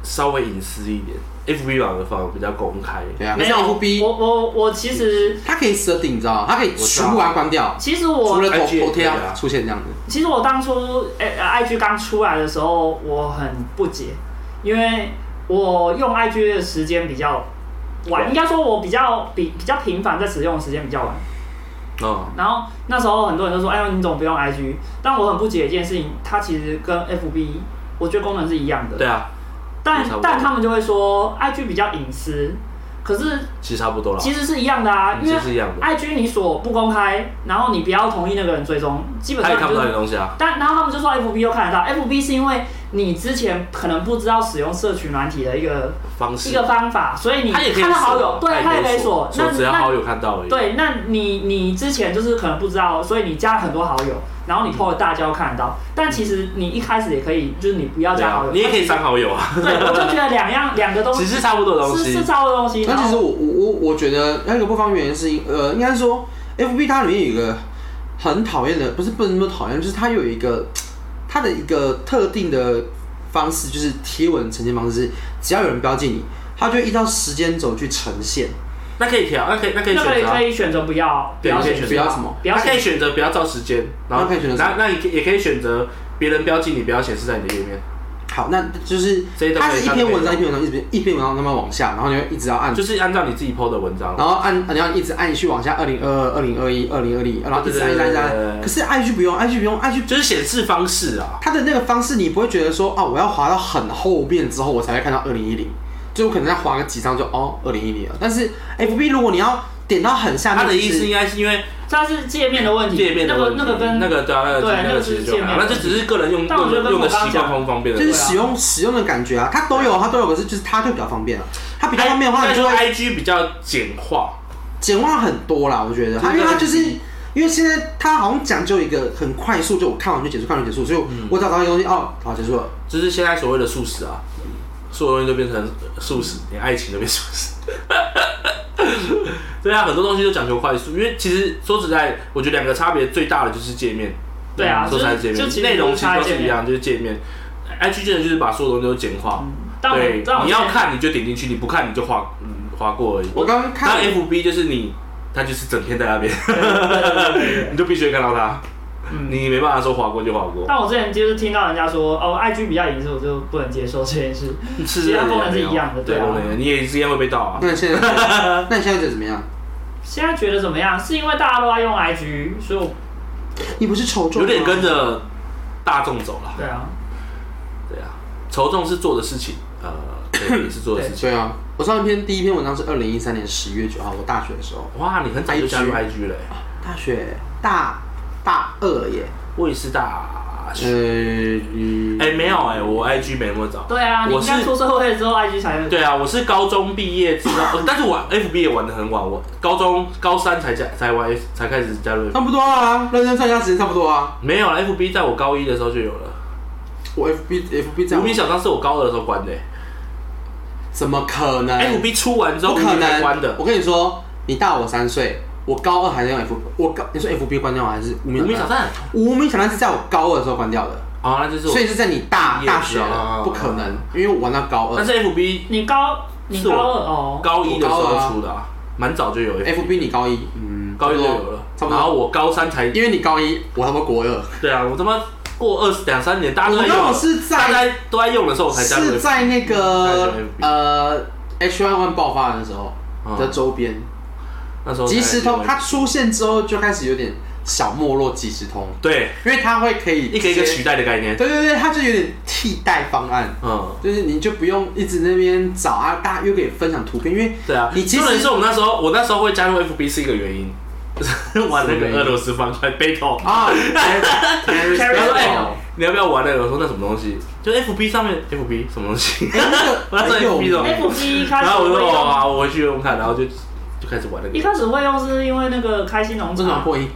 S2: 稍微隐私一点，FB 版的反而比较公开。
S1: 对啊，
S3: 没
S1: 像
S3: 有，我
S1: FB
S3: 我我其实
S1: 它可以设定，你知道吗，它可以全部把它关掉，
S3: 其实
S1: 除
S3: 我
S1: 了头
S2: IG
S1: 头贴
S2: 也可以
S1: 啊
S2: 啊
S1: 出现这样子，
S3: 其实我当初诶、呃 IG 刚出来的时候，我很不解，因为我用 IG 的时间比较晚，
S2: 晚
S3: 应该说我比较比比较频繁在使用的时间比较晚。
S2: 嗯，
S3: 然后那时候很多人都说：“哎呦，你怎么不用 IG？” 但我很不解一件事情，它其实跟 FB 我觉得功能是一样的，
S2: 对啊，
S3: 但
S2: 差不多
S3: 但他们就会说 IG 比较隐私，可是
S2: 其实差不多了，
S3: 其实是一样的啊，
S2: 嗯
S3: 因
S2: 其
S3: 为
S2: 实是一样的，
S3: IG 你所不公开，然后你不要同意那个人追踪，基本
S2: 他也
S3: 上
S2: 看不
S3: 就
S2: 到
S3: 是
S2: 你的东西啊。
S3: 但然后他们就说 FB 又看得到，FB 是因为你之前可能不知道使用社群软体的一个
S2: 方
S3: 一
S2: 式
S3: 个，方法，所以你
S2: 他也可以
S3: 看到好友
S2: 锁，
S3: 对，他也可以锁。那
S2: 锁只要
S3: 那
S2: 好友看到而已。啊
S3: 对，那你你之前就是可能不知道，所以你加了很多好友，
S2: 嗯
S3: 然后你 PO 了大家都看得到，但其实你一开始也可以，就是你不要
S2: 对
S3: 加
S2: 啊
S3: 好友，
S2: 你也可以删好友啊，
S3: 对，我就觉得两样两个都
S2: 其
S3: 是
S2: 实差不多的东
S3: 是
S2: 西
S3: 是。差不多东西。
S1: 那
S3: 然
S1: 其
S3: 后
S1: 实我我我我觉得那个不方原因是因，呃，应该说，F B 它里面有一个很讨厌的，不是不能说讨厌，就是它有一个它的一个特定的方式，就是贴文呈现方式是，只要有人标记你，它就会依照时间轴去呈现。
S2: 那可以调，那可以那可以
S3: 那可
S2: 选
S3: 以
S2: 择啊
S3: 可，以选择不要，不
S2: 对
S3: 要
S2: 你可以
S3: 显示
S1: 选择不
S3: 吧
S1: 要什么
S3: 不要
S2: 那可
S3: 显
S2: 以
S3: 示
S2: 选择不要照时间，然后
S1: 那可以选择
S2: 那那你可以也可以选择别人标记你不要显示在你的页面，
S1: 好，那就是
S2: 这些都可以
S1: 它是一篇文章一篇文章一直一篇文章慢慢往下，然后你会一直要按，
S2: 就是按照你自己 PO 的文章。
S1: 然后按你要一直按去往下，二零二二、二零二一、二零二零，然后一直按一直按一直
S2: 对对对对
S1: 按。
S2: 对
S1: 可是 IG 不用，IG 不用，IG
S2: 就是显示方式啊，
S1: 它的那个方式，你不会觉得说啊，我要滑到很后面之后我才会看到二零一零，就我可能要滑个几张就哦二零一零了。但是 FB 如果你要点到很下面，
S2: 他的意思
S1: 就是
S2: 应该是因为
S3: 这是界面的问题，
S2: 界面的
S3: 那个
S2: 问题
S3: 那个跟
S2: 那 个对啊，那
S3: 对
S2: 个那
S3: 那
S2: 个
S3: 个
S2: 其实
S3: 是
S2: 就
S3: 界
S2: 还
S3: 面
S2: 好，
S3: 的
S2: 那就只是个人用
S3: 但我
S2: 用
S3: 觉得
S2: 的
S3: 跟
S2: 用的
S3: 我刚
S2: 习惯
S3: 刚讲
S2: 方不方便的
S1: 就
S2: 问
S1: 是
S2: 题。
S1: 使用使用的感觉啊，它都有，它都有，可是就是它就比较方便了。它比较方便的话，
S2: 应该
S1: 就
S2: 说
S1: 会
S2: IG 比较简化，
S1: 简化很多啦。我觉得，它啊因为它就是因为现在它好像讲究一个很快速，就我看完就结束，看完就结束，所以
S2: 嗯
S1: 我找到一个东西哦，好结束了。
S2: 就是现在所谓的素食啊，所有东西都变成素食，连爱情都变素食。 对啊，很多东西都讲求快速，因为其实说实在，我觉得两个差别最大的就是界面。嗯
S3: 对啊
S2: 说实在
S3: 就是
S2: 界
S3: 就其
S2: 面，内
S3: 实
S2: 容其实
S3: 都
S2: 都
S3: 是界
S2: 是
S3: 面
S2: 一样，就是界面。IG 真的就是把所有东西都简化，
S3: 嗯但我
S2: 对
S3: 但我，
S2: 你要
S3: 现在
S2: 看你就点进去，你不看你就划嗯划过而已。
S1: 我刚刚
S2: 那
S1: 看
S2: FB 就是你，他就是整天在 那边，你就必须会看到他，
S3: 嗯
S2: 你没办法说划过就划过，
S3: 但我之前就是听到人家说，哦，IG 比较隐私，我就不能接受这件事。
S2: 是
S3: 其他功能是一样的
S2: 对
S3: 对啊
S2: 功能你也是一样会被盗啊。
S1: 那你 现在，那你现在觉得怎么样？
S3: 现在觉得怎么样？是因为大家都在用 IG，所以我
S1: 你不是仇中
S2: 有点跟
S1: 着
S2: 着大众走了。
S3: 对啊，
S2: 对啊，仇众是做的事情，呃，对，也是做的事情。
S1: 对啊，我上一篇第一篇文章是二零一三年十月九号，我大学的时候，
S2: 哇，你很早就加入
S1: IG
S2: IG 了欸，
S1: 大学大大二了耶。
S2: 我也是大
S1: 呃
S2: 学，，
S1: 嗯
S2: 哎，没有哎，我 IG 没那么早。
S3: 对啊，你
S2: 我
S3: 应
S2: 是
S3: 该出社会之后 IG 才会。
S2: 对啊，我是高中毕业之 后，呃但是我 FB 也玩的很晚，我高中高三才加才玩才开始加入 FB，
S1: 差不多啊，认真算一下时间差不多啊。
S2: 没有了，FB 在我高一的时候就有了。
S1: 我 FB FB 这
S2: 无
S1: 样，
S2: 名小站是我高二的时候关的、
S1: 怎么可能
S2: FB 出完之后
S1: 不
S2: 无
S1: 可
S2: 名才关
S1: 能！
S2: 的
S1: 我。跟你说，你大我三岁，我高二还在用 F，我高你说 FB 关掉还是无
S2: 无名
S1: 名
S2: 小？站，
S1: 无名小站是在我高二的时候关掉的，
S2: 哦，那就是我
S1: 所。以是在你大
S2: 毕业
S1: 大学
S2: 之后啊
S1: 了，不可能，因为我玩到高二。
S2: 但是 FB
S3: 你高你
S2: 是我
S3: 高二哦，
S2: 高一的时
S1: 我高二
S2: 候
S1: 啊
S2: 出的啊，蛮早就有
S1: FB 你高一，嗯，
S2: 高一就
S1: 差不
S2: 有
S1: 多
S2: 了，
S1: 差不
S2: 然后
S1: 多。
S2: 我高三才
S1: 因为你高一，我他妈国二。
S2: 对啊，我他妈过二十两三年，大家都
S1: 我
S2: 在
S1: 跟
S2: 用
S1: 我
S2: 了，
S1: 是
S2: 大
S1: 在
S2: 家都在用的时候我才加入
S1: 是
S2: FB。
S1: 在那个
S2: 才加入 FB
S1: 呃 H Y One 爆发的时候
S2: 嗯
S1: 的周边，
S2: 那时候
S1: 即时通它
S2: 他
S1: 出现之后就开始有点小没落即时通，
S2: 对
S1: 因为它会可以
S2: 一个一个
S1: 直接
S2: 取代的概念，
S1: 对对对，它就有点替代方案。
S2: 嗯，
S1: 就是你就不用一直那边找啊，大家又可以分享图片，因为
S2: 对啊。
S1: 你其实
S2: 重点是我们那时候，我那时候会加入 FB 是一个原因， 玩那个俄罗斯方块 battle
S1: 啊，
S2: 然后说：“哎、
S1: 哎
S2: 你要不要玩那个？”我说：“那什么东西？就 FB 上面 FB 什么 东西 我要
S1: 哎那
S2: 做
S1: 个
S2: FB 的哦
S1: 哎
S3: FB？”一开
S2: 然
S3: 始
S2: 后我就
S3: 会
S2: 说：“哦，
S3: 用，
S2: 好我回去用看。”然后就就开始玩那
S3: 一
S2: 个。
S3: 开始会用是因为那个开心农
S1: 真的
S3: 场，嗯
S1: 破音，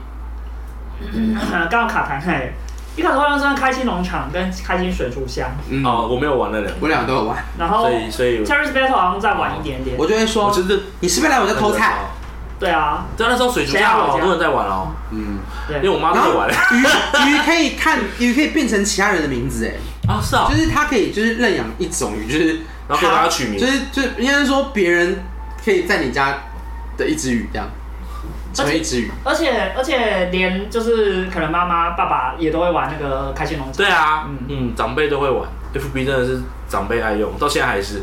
S3: 刚好卡痰嘿。一开始会用是开心农场跟开心水族箱，
S1: 嗯，
S2: 哦，我没有玩那两个，
S1: 我俩都有玩，
S3: 然后
S2: 所以所以
S3: Terrace Battle 好像再晚一点点。
S1: 我就会
S2: 我
S1: 说
S2: 真的
S1: 你是不是来我家偷菜？。
S3: 对啊，
S2: 对啊，那时候水族箱好多人在玩哦，
S1: 嗯，
S3: 对
S2: 因为，我妈
S1: 然
S2: 在
S1: 后
S2: 玩
S1: 鱼鱼可以看鱼可以变成其他人的名字，哎，
S2: 啊， 是啊
S1: 就，是它可以就是认养一种鱼，就是
S2: 然后给它取
S1: 就
S2: 名，
S1: 是就应该是说别人可以在你家的一只鱼这样成为一只鱼，
S3: 而且而且连就是可能妈妈爸爸也都会玩那个开心农场。
S2: 对啊
S3: 嗯，
S2: 嗯，长辈都会玩，FB 真的是长辈爱用，到现在还是，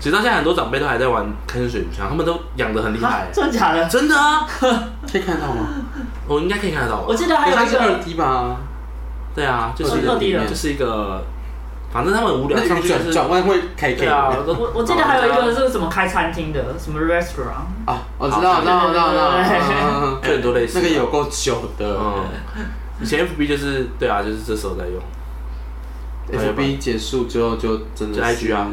S2: 其实到现在很多长辈都还在玩开心水族箱，他们都养的很厉
S3: 啊
S2: 害，
S3: 真的假的？
S2: 真的啊，
S1: 可以看到吗？
S2: 我应该可以看得到吧
S3: 我？记得还有
S1: 它
S3: 一
S1: 是二
S3: 个，
S1: D 吧？
S2: 对啊，就是
S3: 二 D 的
S2: 就是一个，反正他们无聊
S1: 那
S2: 上
S1: 鱼
S2: 去就
S1: 转
S2: 是
S1: 转弯会可以可
S2: 对
S1: 以。
S2: 啊，
S3: 我我记得还有一个是什么开餐厅的，什么 restaurant，
S1: 啊，我知道，我知道，我知道，我知道，
S2: 就很多类似
S1: 那
S2: 的嗯
S1: 个
S2: 哦
S1: 有够久的，
S2: 啊嗯，以前 FB 就是对啊，就是这时候在用，还有吧
S1: FB 结束之后就真的
S2: 就是 IG 啊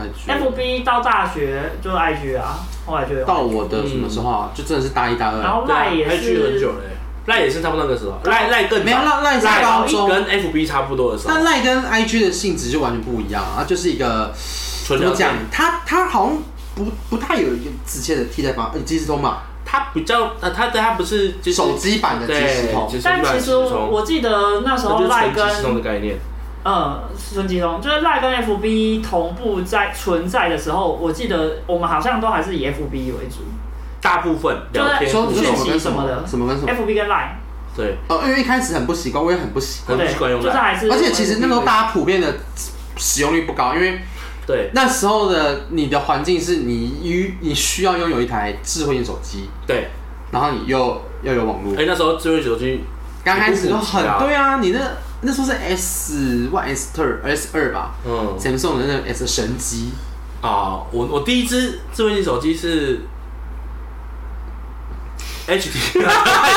S1: ，IG。
S3: FB 到大学就是 IG 啊，后来就有。
S1: 到我的什么时候
S2: 嗯
S1: 啊？就真的是大一、大二
S3: 然
S1: 啊。
S3: 后
S2: 对啊
S3: 哦赖也
S2: ，IG 很
S3: 是
S2: 久，嘞，赖也是差不多那个时候，赖赖更早
S1: 没有赖赖是
S2: 赖
S1: 高中
S2: 跟 FB 差不多的时候
S1: 但，赖跟 IG 的性质就完全不一样啊，就是一个
S2: 纯
S1: 怎么
S2: 聊天
S1: 讲，它它好像不不太有一个直接的替代方，呃，即时通嘛，
S2: 他比较呃，他对他不是就是
S1: 手机版的即
S2: 对，
S1: 时通
S2: 就，是
S3: 但其实我我记得那时候赖跟
S2: 即时通的概念，
S3: 嗯，孙继通就是赖跟 FB 同步在存在的时候，我记得我们好像都还是以 FB 为主
S2: 大部分聊天
S3: 对
S1: 说
S2: 不
S1: 你
S2: 是
S1: 说
S3: 讯
S1: 什么
S3: 息
S1: 跟
S3: 什
S1: 什
S3: 么
S1: 么什么
S3: 的
S1: 跟什么，
S3: ，FB 跟赖，
S2: 对，
S1: 呃，因为一开始很不习惯，我也很不习
S2: 很
S1: 惯，
S2: 不
S3: 对，
S2: 习惯用赖
S3: 就是还是
S1: 而且其实那时候
S3: FB
S1: 大家普遍的使用率不高，因为
S2: 对
S1: 那时候的你的环境是你与你需要拥有一台智慧型手机，
S2: 对，
S1: 然后你又要有网络
S2: 哎、，那时候智慧手机
S1: 刚开始就很
S2: 也不普及啊
S1: 对啊，你那那时候是 S one S two S 二吧
S2: 嗯
S1: ，Samsung 的那个 S 神机，
S2: 啊，我我第一只智慧型手机是 HT，真的 哎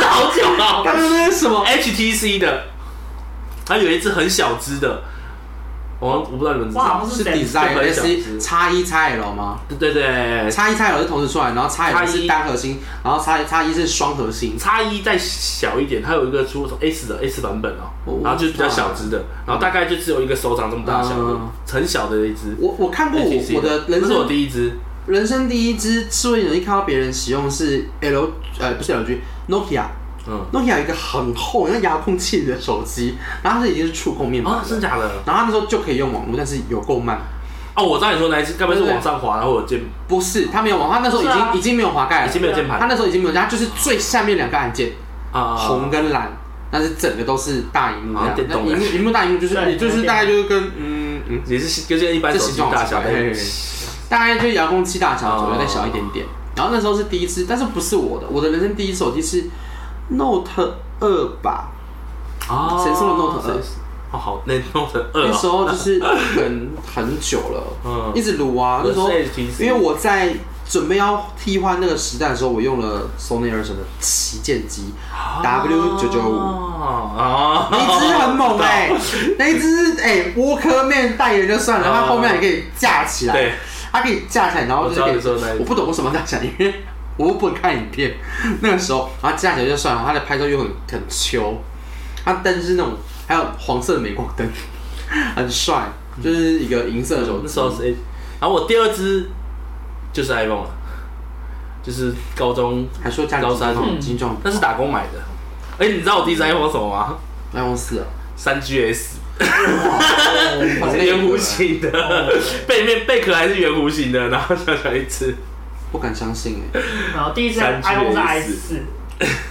S2: 好久啊、
S1: 刚刚那是什么？
S2: HTC 的，它有一只很小只的，我我不知道你们知
S3: 哇好
S2: 道
S3: 像，
S1: 是
S3: 是
S1: Design
S2: 是
S1: S 叉一叉 L 吗？
S2: 对对对，
S1: 叉一叉 L 是同时出来，然后叉 L
S2: 叉一
S1: 是单核心，然后叉叉一是双核心。
S2: 差异再小一点，它有一个出 S 的 S 版本哦、
S1: 哦
S2: 然后就是比较小只的，然后大概就只有一个手掌这么大小的，
S1: 嗯
S2: 很小的一只。
S1: 我我看过我
S2: HTC
S1: 我的人
S2: 那是我
S1: 生
S2: 第一只，
S1: 人生第一支智慧手机，看到别人使用是 L 呃不是 LG Nokia。
S2: 嗯，
S1: Nokia 有一个很厚像遥控器的手机，然后它已经是触控面板
S2: 啊
S1: 了，，
S2: 真假的？
S1: 然后它那时候就可以用网络，但是有够慢。
S2: 哦，我知道你说哪一只，该不会是
S1: 对对
S2: 往上滑，然后我键
S1: 不是，它没有网，它那时候已经、
S3: 是啊
S1: 已经没有滑盖
S2: 已
S1: 了
S2: 经，没有键
S1: 它
S2: 盘
S1: 那时候已经没有，它就是最下面两个按键，
S2: 啊，
S1: 红跟蓝，但是整个都是大荧幕
S2: 好像
S1: 这样，
S2: 啊电
S1: 那
S2: 动
S1: 荧幕荧幕大荧幕就是
S3: 对
S1: 也就是
S3: 有点
S1: 大概就是跟嗯嗯，
S2: 也是跟现一般
S1: 这
S2: 手
S1: 形
S2: 机
S1: 状
S2: 大小，
S1: 嘿嘿
S2: 但
S1: 嘿
S2: 是
S1: 大概就遥控器大小左右，
S2: 哦
S1: 再小一点点。然后那时候是第一次，但是不是我的，我的人生第一手机是 Note 二吧，
S2: 啊
S1: 谁送的 Note 二
S2: 谁哦，好，那 Note 二
S1: 那时
S2: 啊，
S1: 候就是很很久了，
S2: 嗯
S1: 一直撸啊，那时候
S2: 我是 HTC
S1: 因为我在准备要替换那个时代的时候，我用了 Sony Ericsson 的旗舰机 W 九九五。
S2: 啊，
S1: 那一只很猛 哎、那一只哎、沃克面代言就算了，它后面还可以架起来，
S2: 对，
S1: 它可以架起来，然后就是
S2: 我知道你说的
S1: 给
S2: 那一只
S1: 我不懂为什么架起来，因为 我不看影片，那个时候，然后架起来就算了，它的拍照又很很秋，它灯是那种还有黄色的镁光灯， 很帅，就是一个银色的手
S2: 那
S1: 机，
S2: 时候是，哎然后我第二只就是 iPhone 了，就是高中，
S1: 还说家里
S2: 高三
S1: 嗯
S3: 嗯
S1: 精装
S2: 那是打工买的。哎，你知道我第一只
S1: 嗯
S2: iPhone 是什么吗？
S1: iPhone 四，
S2: 三 GS，
S1: 好
S2: 是
S1: 累
S2: 圆弧形
S3: 哦
S2: 的，背面贝壳还是圆弧形的，然后小小一只，
S1: 不敢相信哎、
S3: 然后第一次
S2: 三 G
S3: iPhone 是 i
S2: 也是
S3: 四，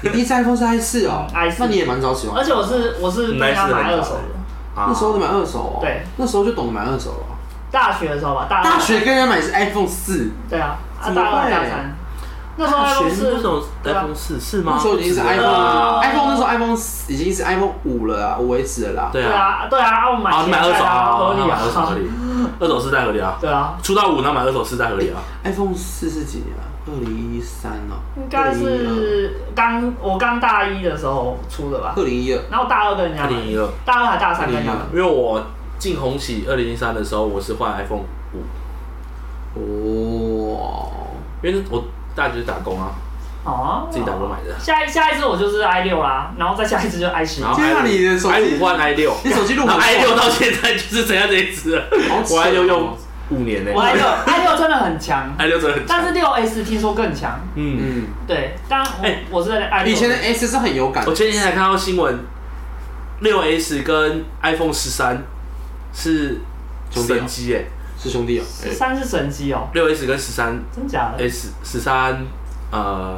S1: 你第一次 iPhone 是 i 四哦、
S3: 嗯，i4
S1: 那你也蛮早喜欢的，
S3: 而且我是我是被他买二手的，
S2: 那
S1: 那时候就买二手哦、
S3: 对，啊
S1: 那时候就懂得买二手了、
S3: 大学的时候吧，大
S1: 大学跟人家买是 iPhone 四，
S3: 对啊，啊
S1: 怎么
S3: 大二
S1: 会
S3: 大三，那时候
S2: 大学
S3: iPhone
S2: 那时
S3: 是
S2: 候 iPhone 四是吗？
S1: 那时候已经是
S2: 四
S1: iPhone，iPhone、
S3: 啊
S1: iPhone 那时候 iPhone 已经是 iPhone 五了啊，五 S 了啦。
S2: 对
S3: 对
S2: 啊，
S3: 啊对啊，我买
S2: 啊，你买二手啊，
S3: 合理
S2: 那买
S3: 啊
S2: 二手合理，二手四代合理啊，
S3: 对啊，
S2: 出到五那买二手四代合理啊，
S1: iPhone 四是几年啊？二零一三哦，
S3: 应该是
S2: 啊
S3: 刚我刚大一的时候出的吧，
S1: 二零一二。
S3: 然后大二跟人家
S2: 二
S3: 买
S2: 零一二，
S3: 大二还大三跟人家买
S1: 2012
S2: 因为我进红喜二零一三的时候，我是换 iPhone 五，
S1: 哦，
S2: 因为我大学打工啊，
S3: 哦，
S2: 自己打工买的，
S3: 下一下一支我就是 i 六啦，然后再下一支就 i 十一
S2: 然。后
S1: 天啊
S2: i
S1: 你的手机
S2: i 五换 i 六
S1: 你手机 录很快
S2: ，i 六到现在就是怎样这一只了，
S1: 好扯哦
S2: 我 i 六用五年呢
S3: 我 i 六 i 六真的很强，
S2: ，i 六真的很
S3: 但
S2: 强，
S3: 是六 S 听说更强。
S2: 嗯，
S1: 嗯，
S3: 对，但我、
S2: 哎
S3: 我是在 i 六。
S1: 以前的 S 是很有感
S2: 我
S1: 的，
S2: 前几天才看到新闻，六 S 跟 iPhone 十三是
S1: 兄弟啊
S2: 神机诶，
S1: 是兄弟哦。
S3: 十三是神机哦，
S2: 六 S 跟十三
S3: 真假的
S2: S 十三呃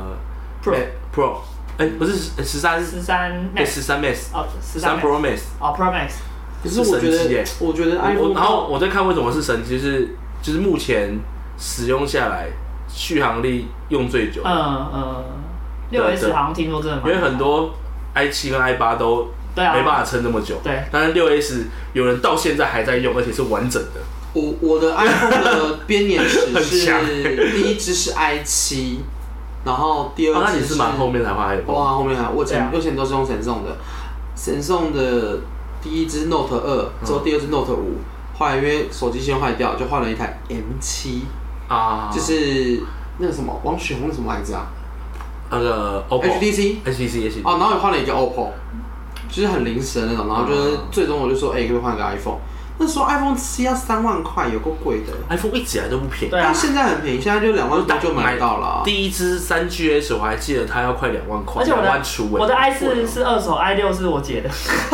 S3: Pro
S2: Pro，哎、不是十三
S3: 十三
S2: 哎
S3: Max
S2: 十三 Max，
S3: 哦，十
S2: 十
S3: 三
S2: 三
S3: Pro
S2: Pro Max。
S3: 哦 Pro Max
S1: 可是我觉
S2: 是神机耶
S1: 得，我觉得
S2: 我
S1: iPhone，
S2: 然后我在看为什么是神机，就是就是目前使用下来续航力用最久，
S3: 嗯嗯，六 S 好像听说真的蛮
S2: 因为很多 i 七跟 i 八都
S3: 对啊
S2: 没办法撑那么久。
S3: 对
S2: 但是六 S 有人到现在还在用，而且是完整的。
S1: 我我的 iPhone 的编年史
S2: 很强
S1: 是第一只是 i 七，然后第
S2: 哦
S1: 二
S2: 那
S1: 只
S2: 你是蛮后面才换 iPhone，
S1: 哇，后面还我
S3: 对
S1: 前
S3: 啊
S1: 我前都是用神送的，神送的第一只 Note 二，之后第二只 Note 五，后来因为手机先坏掉，就换了一台 M 七，
S2: 啊，
S1: 就是那个什么王雪红的什么牌子啊
S2: 那个 OPPO
S1: ？HTC
S2: HTC HTC
S1: 哦，然后也换了一个 OPPO，就是很临时的那种，然后就是最终我就说，哎、可不可以换个 iPhone？那时候 iPhone 七要三万块，有够贵的。
S2: iPhone 一直以来都不便宜
S3: 对。啊
S1: 但现在很便宜，现在就两万多就买到了啊、
S2: 第一支三 GS 我还记得它要快两万块，
S3: 而且我
S2: 两
S3: 的
S2: 万出尾。
S3: 我的 i
S2: 贵
S3: 四
S2: 哦
S3: 是二手，i 六是我姐的，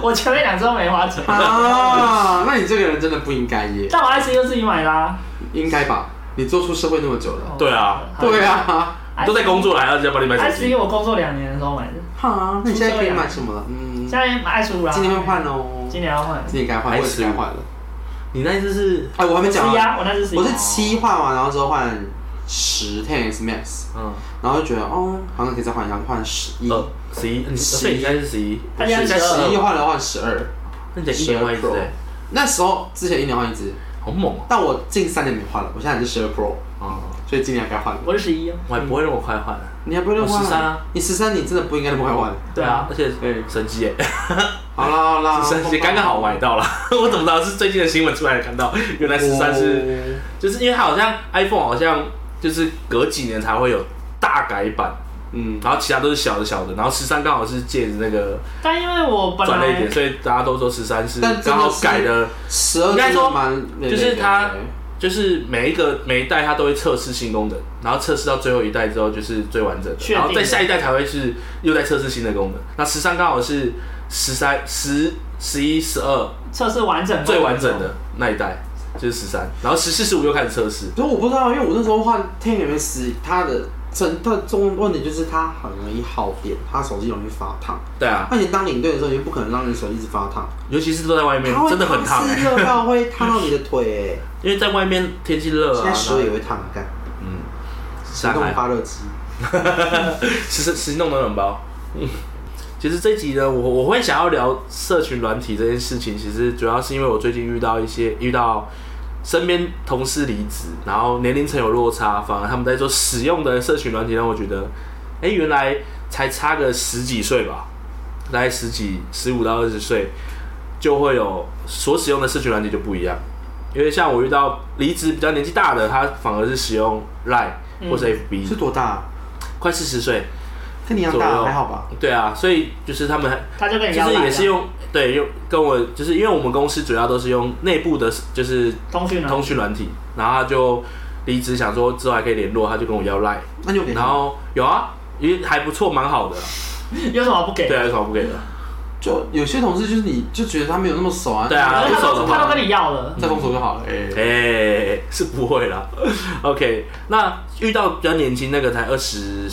S3: 我前面两只都没花钱，
S1: 啊，那你这个人真的不应该耶，
S3: 但我 i 四又自己买啦。哦
S1: 应该吧？你做出社会那么久了，
S2: 对啊
S1: 对，啊，
S3: 好
S2: 都在工。作了，嗯还要人家帮你买
S3: i
S2: 手
S3: 十
S2: 机
S3: 一我工作两年的时候买的，
S1: 哈，那你现在可以买什么了？嗯
S3: 现，在买 i 十五啦。
S1: 今年会换，哦，
S3: 今年要换。
S1: 今年该换，我也是该
S2: 啊
S1: 换了。
S2: 你那一支是
S1: 哎，我还没
S3: 十
S1: 讲
S3: 一
S1: 完，
S3: 啊，我那只十一。
S1: 我是七换完，然后之后换十 Ten S Max，
S2: 嗯
S1: 然后就觉得哦，好像可以再换一下，换十一，
S2: 二十一，你
S1: 11
S2: 所以你现在是十一，
S3: 大家
S2: 你现在
S1: 十一
S2: 12，
S1: 换了换十二。
S2: 那你得一年换一支
S1: 12 Pro
S2: 哎，
S1: 那时候之前一年换一只，
S2: 好猛哦
S1: 但我近三年没换了，我现在是十二 Pro，哦
S2: 啊！
S1: 所以今年该换了。
S3: 我是十一啊。
S2: 我还不会那么快换的。
S1: 你还不会
S2: 我
S1: 换
S2: 13啊？
S1: 你十三，你真的不应该那么快换。
S3: 对啊
S2: 而且
S1: 对
S2: 神机哎，
S1: 好啦好啊啦，
S2: 神机刚刚好买到了， 我怎么知道是最近的新闻出来看到？原来十三是
S1: 哦
S2: 就是因为它好像 iPhone 好像就是隔几年才会有大改版，
S1: 嗯，
S2: 然后其他都是小的小的，然后十三刚好是借着那个
S3: 但因为我本
S2: 赚了一
S3: 来
S2: 点，所以大家都说十三是
S1: 但真的
S2: 刚好改的，
S1: 十二
S2: 应该说
S1: 蛮累累
S2: 就是
S1: 的
S2: 它
S1: 对
S2: 就是每一个每一代它都会测试新功能，然后测试到最后一代之后就是最完整的，
S3: 确定
S2: 然
S3: 的
S2: 后在下一代才会是又在测试新的功能。那十三刚好是十三、十、十一、十二
S3: 测试完整
S2: 最完整的那一代就是十三，然后十四、十五又开始测试。
S1: 所以我不知道，因为我那时候换 Ten MS，它的整它的重问题就是它很容易耗电，它手机容易发烫。
S2: 对啊，
S1: 那你当领队的时候，你就不可能让你手机一直发烫，
S2: 尤其是都在外面
S1: 它，会
S2: 嗯真的很烫、
S1: 四
S2: 欸，
S1: 热到会烫到你的 腿、
S2: 因为在外面天气热
S1: 哎，
S2: 啊，
S1: 现在手也会烫，干
S2: 嗯，
S1: 手
S2: 上
S1: 动
S2: 海
S1: 发热机。
S2: 实实弄暖暖包。嗯其实这集呢，我我会想要聊社群软体这件事情，其实主要是因为我最近遇到一些遇到身边同事离职，然后年龄层有落差，反而他们在做使用的社群软体，让我觉得，哎、原来才差个十几岁吧，大概十几十五到二十岁，就会有所使用的社群软体就不一样。因为像我遇到离职比较年纪大的，他反而是使用 Line 或是 FB，、
S1: 你是多大？啊
S2: 快四十岁，
S1: 跟你一样
S2: 左
S1: 大，
S2: 右
S1: 还好吧？
S2: 对啊，所以就是他们
S3: 他就跟你
S2: 就
S3: 要
S2: 是
S3: 来
S2: 也是
S3: 啊
S2: 用对用跟我就是因为我们公司主要都是用内部的，就是
S3: 通讯啊
S2: 通讯软体，然后他就离职想说之后还可以联络，他就跟我要 line，
S1: 那就给
S2: 然
S1: 他，
S2: 后有啊，也还不错，蛮好的，
S3: 有什么不给？
S2: 对啊，有什么不给的？
S1: 就有些同事就是你就觉得他没有那么熟啊，
S2: 对啊
S3: 可是他
S2: 不
S3: 都
S2: 收的
S3: 他
S2: 话
S3: 都跟你要了，
S1: 再封锁就好了。哎、
S2: 嗯哎、是不会啦。OK，那遇到比较年轻那个才二十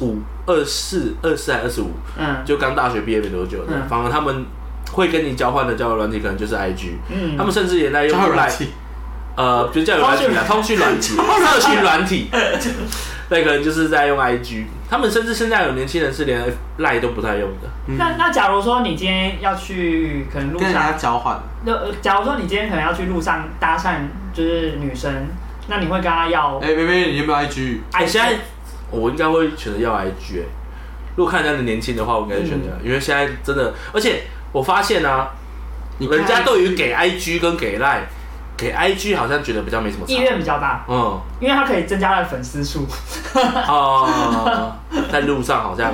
S2: 五、二四、二四还二十五，
S3: 嗯
S2: 就刚大学毕业没多久的，
S3: 嗯
S2: 反而他们会跟你交换的交友软体可能就是 IG，
S3: 嗯，
S2: 他们甚至也在用
S1: 交友软
S2: Line。
S1: 体，
S2: 呃，就叫有软体啊， 通讯软体、社群软体， 那可能就是在用 IG。他们甚至现在有年轻人是连 Line 都不太用的。
S1: 嗯
S3: 那那假如说你今天要去可能路
S1: 跟人家
S3: 上，
S1: 交换，
S3: 那呃假如说你今天可能要去路上搭讪，就是女生，那你会跟她要？
S1: 哎、妹妹，你有没有 IG？
S2: 哎，现在我应该会选择要 IG、欸。如果看人家的年轻的话，我应该选择，因为现在真的，而且我发现啊，
S1: 你看
S2: 人家对于给 IG 跟给 Line，给 IG 好像觉得比较没什么差
S3: 意。愿比较大，
S2: 嗯，
S3: 因为它可以增加他的粉 丝数。
S2: 哦，在路上好像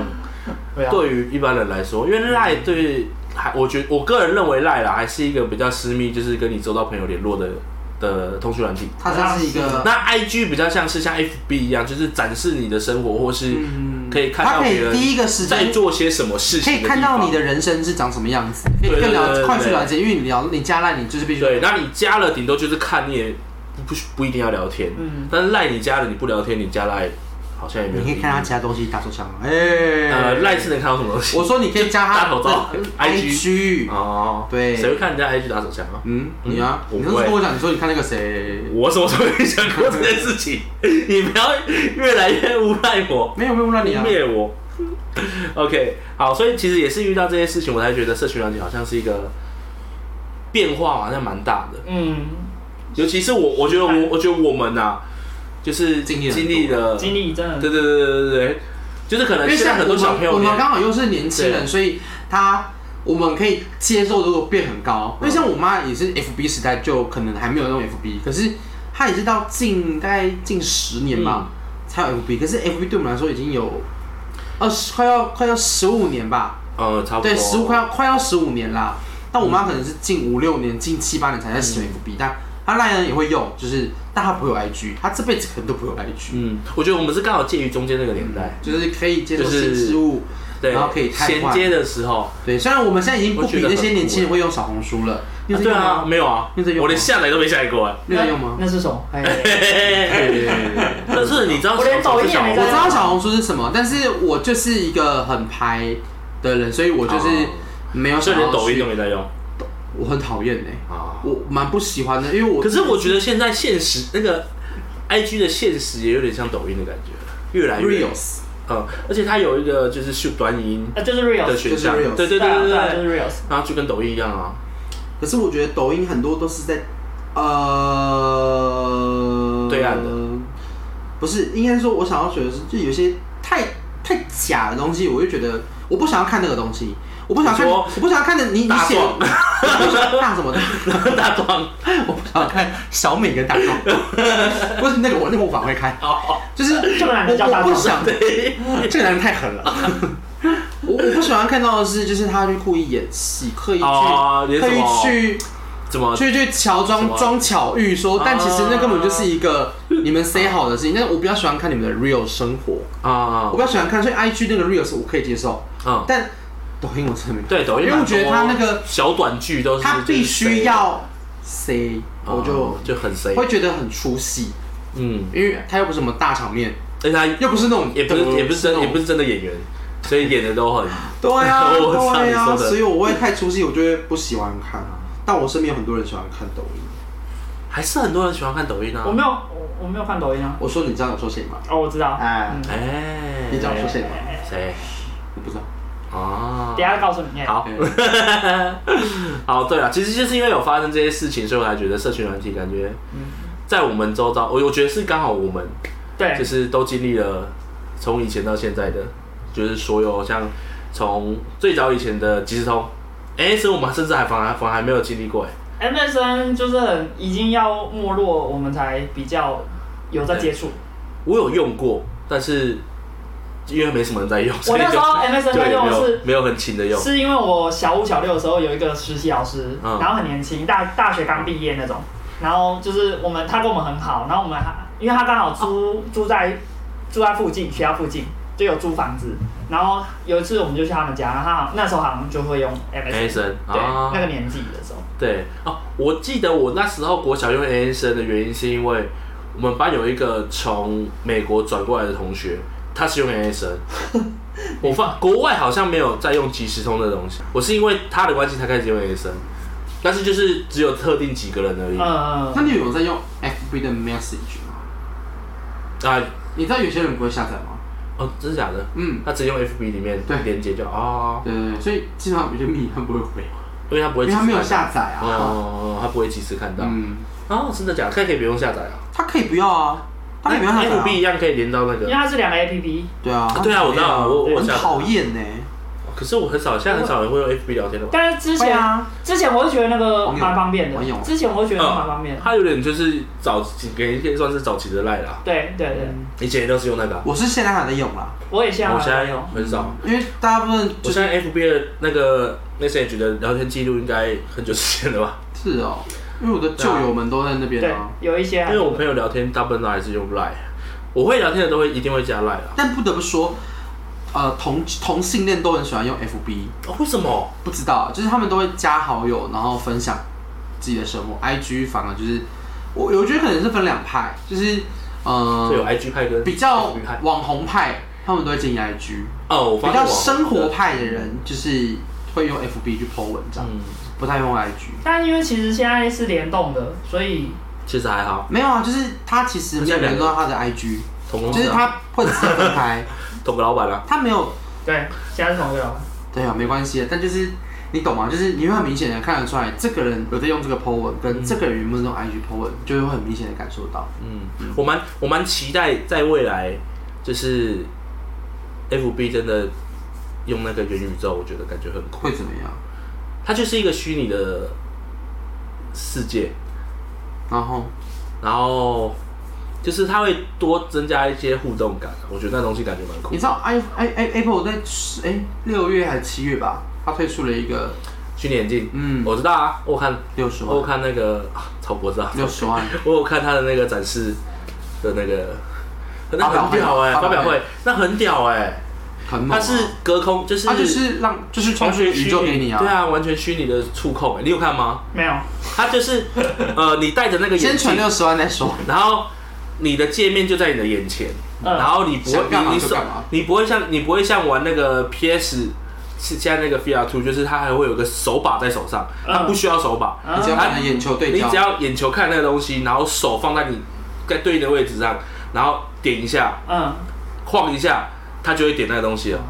S3: 对啊，
S2: 对于一般人来说，因为赖对还我觉我个人认为赖啦，还是一个比较私密，就是跟你周到朋友联络的的通讯软体。
S1: 它像是一个，
S2: 那 I G 比较像是像 F B 一样，就是展示你的生活，或是
S1: 嗯
S2: 可以看
S1: 它
S2: 到
S1: 可
S2: 别
S1: 以
S2: 人
S1: 第一个时
S2: 在
S1: 间
S2: 做些什么事
S1: 可
S2: 情
S1: 以
S2: 地方，
S1: 看到你的人生是长什么样子，可以
S2: 对
S1: 更
S2: 对对
S1: 了
S2: 对
S1: 快速
S2: 对
S1: 了解，因为你聊你加赖，你就是必须
S2: 对。那你加了，顶多就是看，你也不不不一定要聊天。
S3: 嗯
S2: 但是赖你加了，你不聊天，你加赖好像也没有
S1: 你
S2: 意义。
S1: 可以看他其他东西大手枪嘛，哎、
S2: 呃赖是能看到什么东西？
S1: 我说你可以加
S2: 大
S1: 他
S2: 头照
S1: IG，
S2: 哦，
S1: 对
S2: 谁会看人家 I G 打手枪啊？
S1: 嗯，你啊，
S2: 嗯
S1: 你那时候
S2: 我不会
S1: 跟我讲，你说你看那个谁，
S2: 我什么时候跟你讲过这件事情？你不要越来越诬赖我、
S1: 没有没有让你
S2: 污
S1: 啊，
S2: 蔑我。OK，好，所以其实也是遇到这些事情，我才觉得社群软体好像是一个变化好像蛮大的。
S3: 嗯，
S2: 尤其是我，我觉得我，我觉得我们呐、啊就是
S1: 经历了
S2: 经历了，
S3: 经历真
S2: 对对
S3: 的
S2: 对对对对，就是可
S1: 因
S2: 能
S1: 为
S2: 现在
S1: 像
S2: 很多小朋友
S1: 我们我
S2: 连
S1: 们刚好又是年轻人，
S2: 对
S1: 所以他我们可以接受度变很高。因
S2: 嗯
S1: 为像我妈也是 FB 时代，就可能还没有用 FB，可是她也是到近大概近十年
S2: 嗯
S1: 吧、才有 FB，可是 FB 对我们来说已经有二十快要快要十五年吧，
S2: 呃，差不多
S1: 对，十五快要快要十五年啦。但我妈可能是近五六年、近七八年才在
S2: 嗯
S1: 使用 FB，、但她那人也会用，就是但她不会有 IG，她这辈子可能都不会有 IG，、
S2: 嗯，我觉得我们是刚好介于中间那个年代，
S1: 就是可以接受
S2: 就是
S1: 新事物。
S2: 对，
S1: 嗯然后可以太
S2: 衔
S1: 换
S2: 接的时候，啊
S1: 对，虽然我们现在已经不
S2: 我觉
S1: 比
S2: 得
S1: 那
S2: 很
S1: 些年轻人
S2: 酷欸
S1: 会用小红书了，你有在
S2: 对
S1: 用吗
S2: 啊，没有啊，
S1: 你有在用吗
S2: 我连下载都没下载过哎。
S1: 你有在用吗？
S3: 那是什么？ 哎，
S2: 嘿嘿嘿嘿但是你知道
S3: 我连抖音也没
S1: 我
S3: 在
S1: 知
S3: 用
S1: 道小红书是什么，但是我就是一个很排的人，所以我就是
S2: 哦
S1: 没有
S2: 所
S1: 想
S2: 以
S1: 要
S2: 连抖音
S1: 去
S2: 都没在用
S1: 我很讨厌哎，
S2: 啊。
S1: 我蛮不喜欢的，因为我
S2: 可是我觉得现在现实那个 I G 的现实也有点像抖音的感觉，越来越
S1: reels
S2: 嗯，而且它有一个就是秀短影音
S3: 啊，就是
S2: 的
S3: reels，
S2: 选项，
S1: 就是 Reels
S2: 对对对
S3: 啊
S2: 对
S3: 啊就
S2: 对，
S3: 是 reels。
S2: 然后就跟抖音一样啊，
S1: 可是我觉得抖音很多都是在呃
S2: 对岸的，
S1: 不是应该说，我想要学的是，就有些太太假的东西，我就觉得我不想要看那个东西，我不想要看，
S2: 你说
S1: 我不想要看的你你
S2: 大
S1: 写
S2: 壮
S1: 我不想要大什么的，
S2: 大壮
S1: 我不想要看小美跟大 壮，不是那个我那个我反而会看，
S2: 哦，
S1: 就是
S3: 这个男的叫大
S1: 我
S3: 壮
S1: 不想
S2: 对，
S1: 这个男人太 狠了。我我不喜欢看到的是，就是他去故意演戏，刻意去、
S2: 哦演什
S1: 刻意
S2: 么
S1: 去
S2: 怎么
S1: 去去乔
S2: 什
S1: 装
S2: 么啊
S1: 装巧遇说，但其实那根本就是一个你们 say 好的事情。但是我比较喜欢看你们的 real 生活，
S2: 啊
S1: 我比较喜欢看，所以 IG 那个 real 是我可以接受，
S2: 嗯，
S1: 但抖音我真的没。
S2: 对，抖音
S1: 因为我觉得它那个
S2: 小短剧都是
S1: 他必须要 say，我就
S2: 哦就很谁
S1: 会觉得很出戏，
S2: 嗯，
S1: 因为他又不是什么大场面，
S2: 而且他
S1: 又不是那种
S2: 也不是也不是真也不
S1: 是
S2: 是真的演员，所以演的都很
S1: 对啊
S2: 我知道
S1: 对
S2: 你说
S1: 啊，
S2: 的
S1: 所以我会太出戏，我就会不喜欢看啊。但我身边有很多人喜欢看抖音。
S2: 还是很多人喜欢看抖音啊。
S3: 我没有，我我没有看抖音啊。
S1: 我说你知道我说谁吗？
S3: 哦，我知道。
S1: 哎
S3: 嗯，等
S2: 哎，
S1: 你知道我说谁吗？
S2: 谁
S1: 我不知道。
S2: 啊
S3: 一？下告诉你。哎，
S2: 好，好，对了，啊其实就是因为有发生这些事情，所以我才觉得社群软体感觉
S3: 嗯
S2: 在我们周遭，我我觉得是刚好我们
S3: 对
S2: 就，是都经历了从以前到现在的，就是所有像从最早以前的即时通，哎、所以我们甚至还反而反而还没有经历过哎、
S3: MSN 就是很已经要没落，我们才比较有在接触。
S2: 我有用过，但是因为没什么人在用，所
S3: 我
S2: 以就
S3: 那时候 MSN 在
S2: 对
S3: 用
S2: 没
S3: 的
S2: 有
S3: 是
S2: 没有很勤的用，
S3: 是因为我小五小六的时候有一个实习老师，
S2: 嗯
S3: 然后很年轻，大大学刚毕业那种，然后就是我们他跟我们很好，然后我们还因为他刚好租、住在住在附近学校附近就有租房子，然后有一次我们就去他们家，然后他好那时候好像就会用 MSN，
S2: MSN
S3: 对、
S2: 啊
S3: 那个年纪的时候，
S2: 对哦，我记得我那时候国小用 A N 生的原因是因为我们班有一个从美国转过来的同学，他是用 A N 生。 我发国外好像没有在用即时通的东西，我是因为他的关系才开始用 A N 生，但是就是只有特定几个人而已。
S3: 嗯、
S1: 那你有在用 FB 的 message 吗？
S2: 啊，
S1: 你知道有些人不会下载吗？
S2: 哦，真的假的？
S1: 嗯，
S2: 他只用 F B 里面
S1: 对
S2: 连接就哦，
S1: 对对对，所以基本上有些密他不会回，
S2: 因为他不会
S1: 因为他
S2: 及时看到，
S1: 没有下载啊。
S2: 哦，他不会及时看到。
S1: 嗯，
S2: 哦，真的假的？他可以不用下载啊，
S1: 他可以不要啊，他可以不要下载啊
S2: F。B 一样可以连到那
S3: 因
S2: 个哦
S3: 为。它是两个 APP，
S1: 对啊
S2: 哎啊，对啊我知道我我
S1: 很
S2: 下载
S1: 讨厌呢。
S2: 可是我很少，现在很少人会用 F B 聊天了吧？
S3: 但是之
S1: 会
S3: 前、
S1: 啊
S3: 之前我就觉得那个蛮方便的
S1: 网友网，友
S3: 之前我就觉得那个蛮方
S1: 啊
S3: 便的，
S2: 它有点就是早期，可以可以算是早期的赖啦。
S3: 对对对，
S2: 以前也都是用那个啊、
S1: 我是现在还在用啦，
S3: 我也
S1: 啊
S3: 现在
S2: 嗯我现在
S3: 还有用。
S2: 很少。
S1: 因为大部分
S2: 我
S1: 就是
S2: 现在 FB 的那个 message 的聊天记录应该很久之前了吧？
S1: 是哦，因为我的旧友们都在那边
S3: 对
S1: 啊，，
S3: 有一些还
S2: 因为我朋友聊天大部分都还是用赖，我会聊天的都会一定会加赖啦。
S1: 但不得不说，呃，同同性恋都很喜欢用 FB，
S2: 哦，为什么？
S1: 不知道，就是他们都会加好友，然后分享自己的生活。IG 反而就是我，我觉得可能是分两派，就是呃
S2: 所以有 IG 派跟
S1: 比较
S2: FB 派
S1: 网红派，他们都会经营 IG；
S2: 哦，我发
S1: 比
S2: 现
S1: 较
S2: 我
S1: 生活派的人，就是会用 FB 去 po 文章，
S2: 嗯，
S1: 不太用 IG。
S3: 但因为其实现在是联动的，所以
S2: 其实还好，
S1: 没有啊，就是他其实没有联络到他的 IG，
S2: 同公
S1: 就
S2: 司
S1: 是
S2: 啊、
S1: 他会直接分开，
S2: 同个老板啊。
S1: 他没有
S3: 对，现在是同一个老板。
S1: 对啊，没关系的，但就是你懂吗？就是你会很明显的看得出来，这个人有在用这个 po 文，跟这个人有没有用 IG po 文，就会很明显的感受到。
S2: 嗯，我蛮我蛮期待在未来，就是 FB 真的用那个元宇宙，我觉得感觉很酷。
S1: 会怎么样？
S2: 它就是一个虚拟的世界，
S1: 然后
S2: 然后就是它会多增加一些互动感，我觉得那东西感觉蛮酷
S1: 你
S2: 的。
S1: 知道 i i i Apple 在哎六月还是七月吧，它推出了一个
S2: 虚拟眼镜，
S1: 嗯
S2: 我知道啊，我有看
S1: 六十
S2: 我有
S1: 万
S2: 看那个啊超我 知道，
S1: 六十万，
S2: 我有看他的那个展示的那个，那
S1: 发表
S2: 很
S1: 会
S2: 屌哎、
S1: 发
S2: 发
S1: 表会
S2: 表会那很屌哎、
S1: 很猛啊、
S2: 它是隔空，就是
S1: 它就是让就是创
S2: 完
S1: 出
S2: 全
S1: 宇宙给你啊，
S2: 对，啊，完全虚拟的触控、哎，你有看吗？
S3: 没有，
S2: 它就是呃，你戴着那个眼
S1: 先存
S2: 镜，
S1: 六十万再说。
S2: 然后你的界面就在你的眼前，
S3: 嗯
S2: 然后你不会
S1: 想干嘛
S2: 你你
S1: 就
S2: 手
S1: 干嘛
S2: 你不会像你不会像玩那个 PS。是现在那个 VR Two，就是它还会有个手把在手上，
S3: 嗯
S2: 它不需要手把，
S1: 你只要
S3: 啊
S1: 把你的眼球嗯对
S2: 你
S1: 焦
S2: 只，要眼球看那个东西，然后手放在你该对应的位置上，然后点一下，
S3: 嗯，
S2: 晃一下，它就会点那个东西了。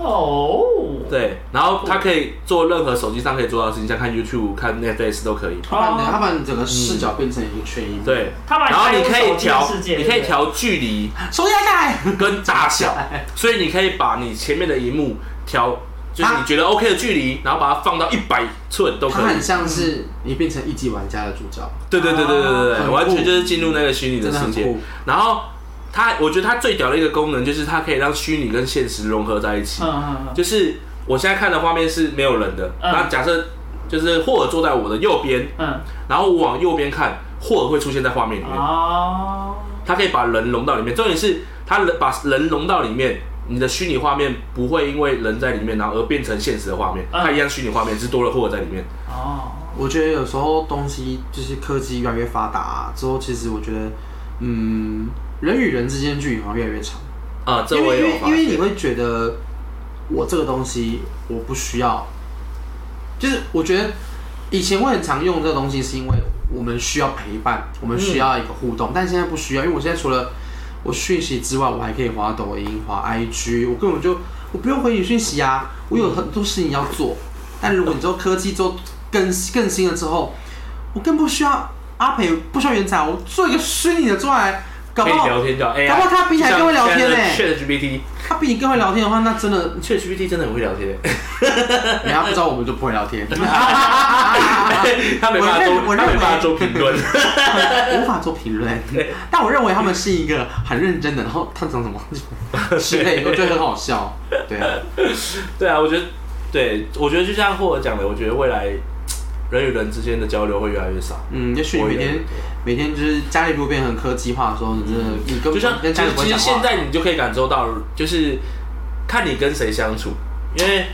S3: 哦，
S2: 对，然后它可以做任何手机上可以做到的事情，像看 YouTube、看 Netflix 都可以。
S3: 嗯
S1: 它把你的它把你整个视角变成一个全影。，
S2: 对，
S3: 他把你
S2: 然后你可以
S3: 带入
S2: 调
S3: 手机的世，界
S2: 你可以调距离
S1: 手机要戴。
S2: 跟大 小，所以你可以把你前面的荧幕调，就是
S3: 啊
S2: 你觉得 OK 的距离，然后把它放到一百寸都可
S1: 它
S2: 以
S1: 很。像是你变成一级玩家的主角，
S2: 对对对对对对
S1: 很
S2: 对，
S1: 酷
S2: 完全就是进入那个虚拟的
S1: 真的
S2: 世
S1: 很
S2: 界
S1: 酷。。
S2: 然后它，我觉得它最屌的一个功能就是它可以让虚拟跟现实融合在一起
S3: 嗯。嗯嗯，
S2: 就是我现在看的画面是没有人的，
S3: 嗯
S2: 那假设就是霍尔坐在我的右边，
S3: 嗯，
S2: 然后我往右边看，霍尔会出现在画面里面，
S3: 哦，
S2: 它可以把人融到里面。重点是它人把人融到里面，你的虚拟画面不会因为人在里面，然后而变成现实的画面，
S3: 嗯
S2: 它一样虚拟画面，只是多了霍尔在里面。
S3: 哦，
S1: 我觉得有时候东西就是科技越来越发达、之后，其实我觉得，嗯，人与人之间的距离好像越来越长，
S2: 啊，这
S1: 因
S2: 我
S1: 为因
S2: 也有
S1: 为
S2: 发
S1: 因为你
S2: 现。
S1: 会觉得我这个东西我不需要，就是我觉得以前我很常用这个东西，是因为我们需要陪伴，我们需要一个互动，但现在不需要，因为我现在除了我讯息之外，我还可以滑抖音、滑 IG，我根本就我不用回你讯息啊，我有很多事情要做。但如果你之后科技之后更更新了之后，我更不需要阿培，不需要元仔，我做一个虚拟的出来，搞
S2: 可
S1: 不
S2: 以
S1: 好
S2: 聊天叫哎 AI，
S1: 搞不好他比起来跟我聊天呢
S2: Chat GPT，Chat
S1: 他比你更会聊天的话，那真的
S2: GPT 真的很会聊天欸，
S1: 人家不知道我们就不会聊天，
S2: 他没办法做，
S1: 啊我认我
S2: 他没办法
S1: 认
S2: 做评论。
S1: 无法做评论。但我认为他们是一个很认真的，然后他讲 什么之类的，我觉得很好笑。对啊，
S2: 对啊，我觉得，对我觉得就像霍尔讲的，我觉得未来人与人之间的交流会越来越少。
S1: 嗯，也许你每天每天就是家里如果变得很科技化的时候，你真的你根
S2: 嗯就像
S1: 本跟
S2: 其
S1: 家里
S2: 实
S1: 不会
S2: 其实
S1: 讲
S2: 现
S1: 话。
S2: 在你就可以感受到，就是看你跟谁相处，因为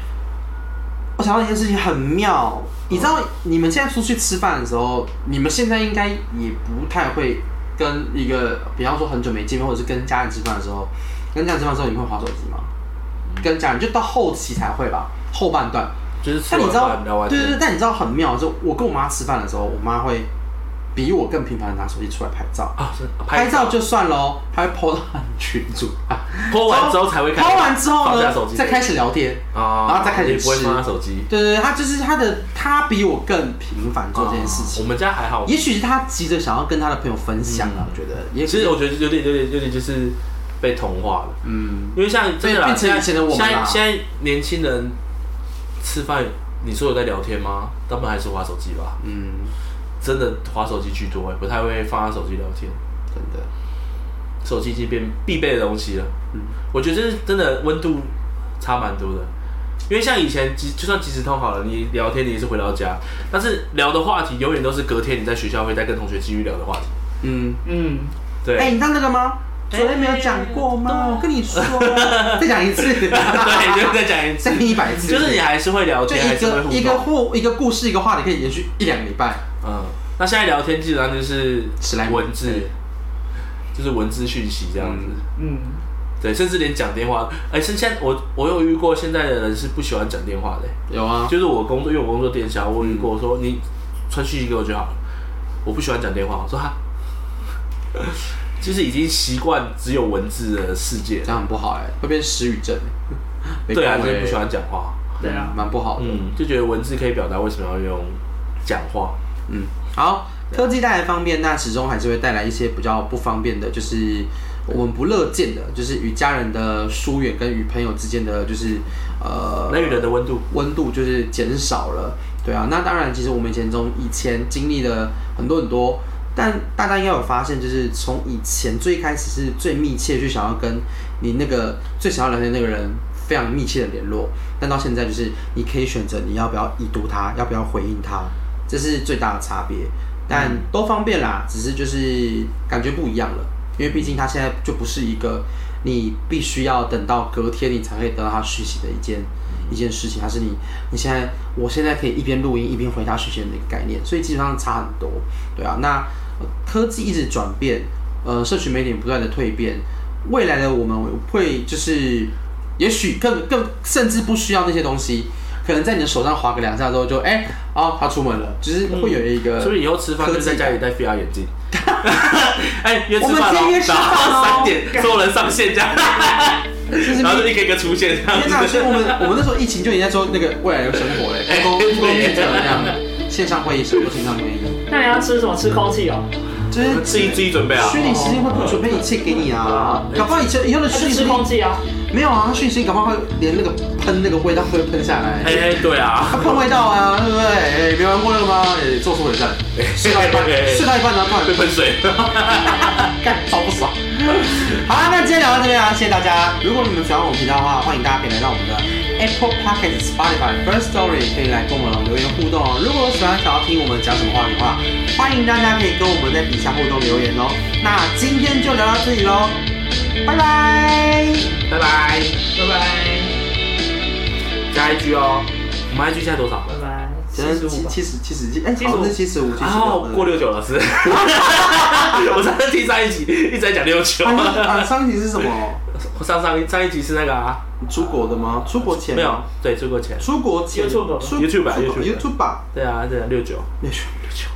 S1: 我想到一件事情很妙，你知道你们现在出去吃饭的时候，你们现在应该也不太会跟一个，比方说很久没见面，或者是跟家人吃饭的时候，跟家人吃饭的时候，你会划手机吗？跟家人就到后期才会吧，后半段。
S2: 就是吃
S1: 但你
S2: 完
S1: 知道
S2: 饭聊，完
S1: 对对对，
S2: 天，
S1: 但你知道很妙，就是我跟我妈吃饭的时候，我妈会比我更频繁的拿手机出来拍照，
S2: 啊，是
S1: 拍照就算喽，还会 PO 到 她的群组啊，
S2: 泼完之后才会看，
S1: 抛完之后
S2: 放下
S1: 呢
S2: 手，机
S1: 再开始聊天。
S2: 啊，
S1: 然后再开始
S2: 你不会
S1: 吃
S2: 放下手机
S1: 对对对，她就是她的，她比我更频繁做这件事
S2: 啊我
S1: 情。
S2: 们家还好，
S1: 也许是她急着想要跟她的朋友分享啊，
S2: 嗯
S1: 我觉得，也
S2: 其
S1: 许
S2: 实我觉得有点有点有点就是被同化了，
S1: 嗯，
S2: 因为像真的啦，
S1: 变成
S2: 现在
S1: 以前的我们
S2: 现在
S1: 啦
S2: 现在年轻人吃饭，你说有在聊天吗？他们还是滑手机吧。
S1: 嗯，
S2: 真的滑手机居多，欸不太会放下手机聊天，
S1: 真的，
S2: 手机已经变必备的东西了。
S1: 嗯
S2: 我觉得这是真的温度差蛮多的，因为像以前即就算即时通好了，你聊天你也是回到家，但是聊的话题永远都是隔天你在学校会再跟同学继续聊的话题。
S1: 嗯，
S3: 嗯，
S2: 对，
S1: 哎，你知道那个吗？
S2: 哎
S1: 昨天没有讲过吗？我跟你说，啊再讲一次，
S2: 对，就再 讲一次
S1: 再，听一百次，
S2: 就是你还是会聊
S1: 就
S2: 天，还
S1: 一
S2: 是会
S1: 个
S2: 互
S1: 一个
S2: 动。
S1: 或一个故事一个话题可以延续一两个礼拜，
S2: 嗯，那现在聊天基本上就是
S1: 史莱姆
S2: 文字，就是文字讯息这样子。
S1: 嗯
S3: 嗯，
S2: 对，甚至连讲电话，哎、是现在我我有遇过现在的人是不喜欢讲电话的、
S1: 有啊，
S2: 就是我工作，因为我工作电销，我有遇过说你传讯息给我就好了，我不喜欢讲电话，我说哈， 就是已经习惯只有文字的世界
S1: 这，样很不好哎，会变失语症哎，
S2: 对啊，
S1: 没欸
S2: 就是不喜
S1: 空哎
S2: 欢讲话，
S3: 对啊，
S1: 蛮不好的，
S2: 嗯，就觉得文字可以表达，为什么要用讲话？
S1: 嗯，好，科技带来方便，那始终还是会带来一些比较不方便的，就是我们不乐见的，就是与家人的疏远跟与朋友之间的，就是呃
S2: 人与人的温度，
S1: 温度就是减少了。对啊，那当然，其实我们以前中以前经历了很多很多，但大家应该有发现，就是从以前最开始是最密切，去想要跟你那个最想要聊天的那个人非常密切的联络，但到现在就是你可以选择你要不要已读他，要不要回应他，这是最大的差别。但都方便啦，只是就是感觉不一样了，因为毕竟他现在就不是一个你必须要等到隔天你才可以得到他讯息的一件一件事情，它是你你现在我现在可以一边录音一边回答讯息的那个概念，所以基本上差很多，对啊，那呃科技一直转变，呃，社群媒体不断的蜕变，未来的我们会就是也许更更甚至不需要那些东西。可能在你的手上划个两下之后就，哎哦，他出门了，就是会有一个、
S2: 是不是以后吃饭就
S1: 科技
S2: 在
S1: 感
S2: 家里戴 VR 眼镜？ 哎，约吃
S1: 我们
S2: 饭
S1: 今
S2: 喽，
S1: 天约吃
S2: 然
S1: 饭
S2: 后
S1: 喽
S2: 三点所有人上线这样，
S1: 就是
S2: 然后就一个一个出现这样
S1: 天哪！所以
S2: 子。
S1: 我们我们那时候疫情就已经在说那个未来的生活嘞，
S2: 哎
S1: 公
S2: 对
S1: 公益者这样，线上会议什么都线上会议，
S3: 那你要吃什么？吃空气哦，
S1: 就是
S2: 自己自己准备啊，
S1: 虚拟实境会准备一切给你啊，搞不好以前以后的
S3: 那
S1: 虚
S2: 哎
S3: 就
S1: 拟
S3: 吃
S1: 实
S3: 空
S1: 境
S3: 气啊。
S1: 没有啊，虚拟实境搞不好会连那个喷那个味道会喷下
S2: 哎
S1: 来，
S2: 哎，对啊
S1: 它，喷味道啊，对不对？哎，没玩过那个吗？哎，做出回 战，睡
S2: 哎
S1: 到一半，睡到一半然后突然
S2: 被喷水。
S1: 干超不爽。好啦，那今天聊到这边啊，谢谢大家。如果你们喜欢我们频道的话，欢迎大家可以来到我们的 Apple Podcast、Spotify、First Story，可以来跟我们留言互动哦。如果喜欢想要听我们讲什么话题的话，欢迎大家可以跟我们在底下互动留言哦。那今天就聊到这里喽，拜拜，
S2: 拜拜，
S3: 拜拜，
S2: 加 IG 哦，我们 IG 现在多少？
S3: 拜拜，七
S1: 七
S3: 十五吧。
S1: 七十七十七，哎，
S3: 75
S1: 好像是七十五，七十
S2: 哦，过六九了 是。我上次听上一集一直在讲六九，
S1: 啊，上一集是什么？
S2: 上上一上一集是那个啊，
S1: 你出国的吗？出国前吗
S2: 没有，对，出国前，
S1: 出国前
S3: YouTube
S1: 出
S2: YouTube 啊
S1: YouTube
S2: YouTube 啊
S1: YouTube 吧，
S2: 对啊对啊六九
S1: 也许
S2: 六九。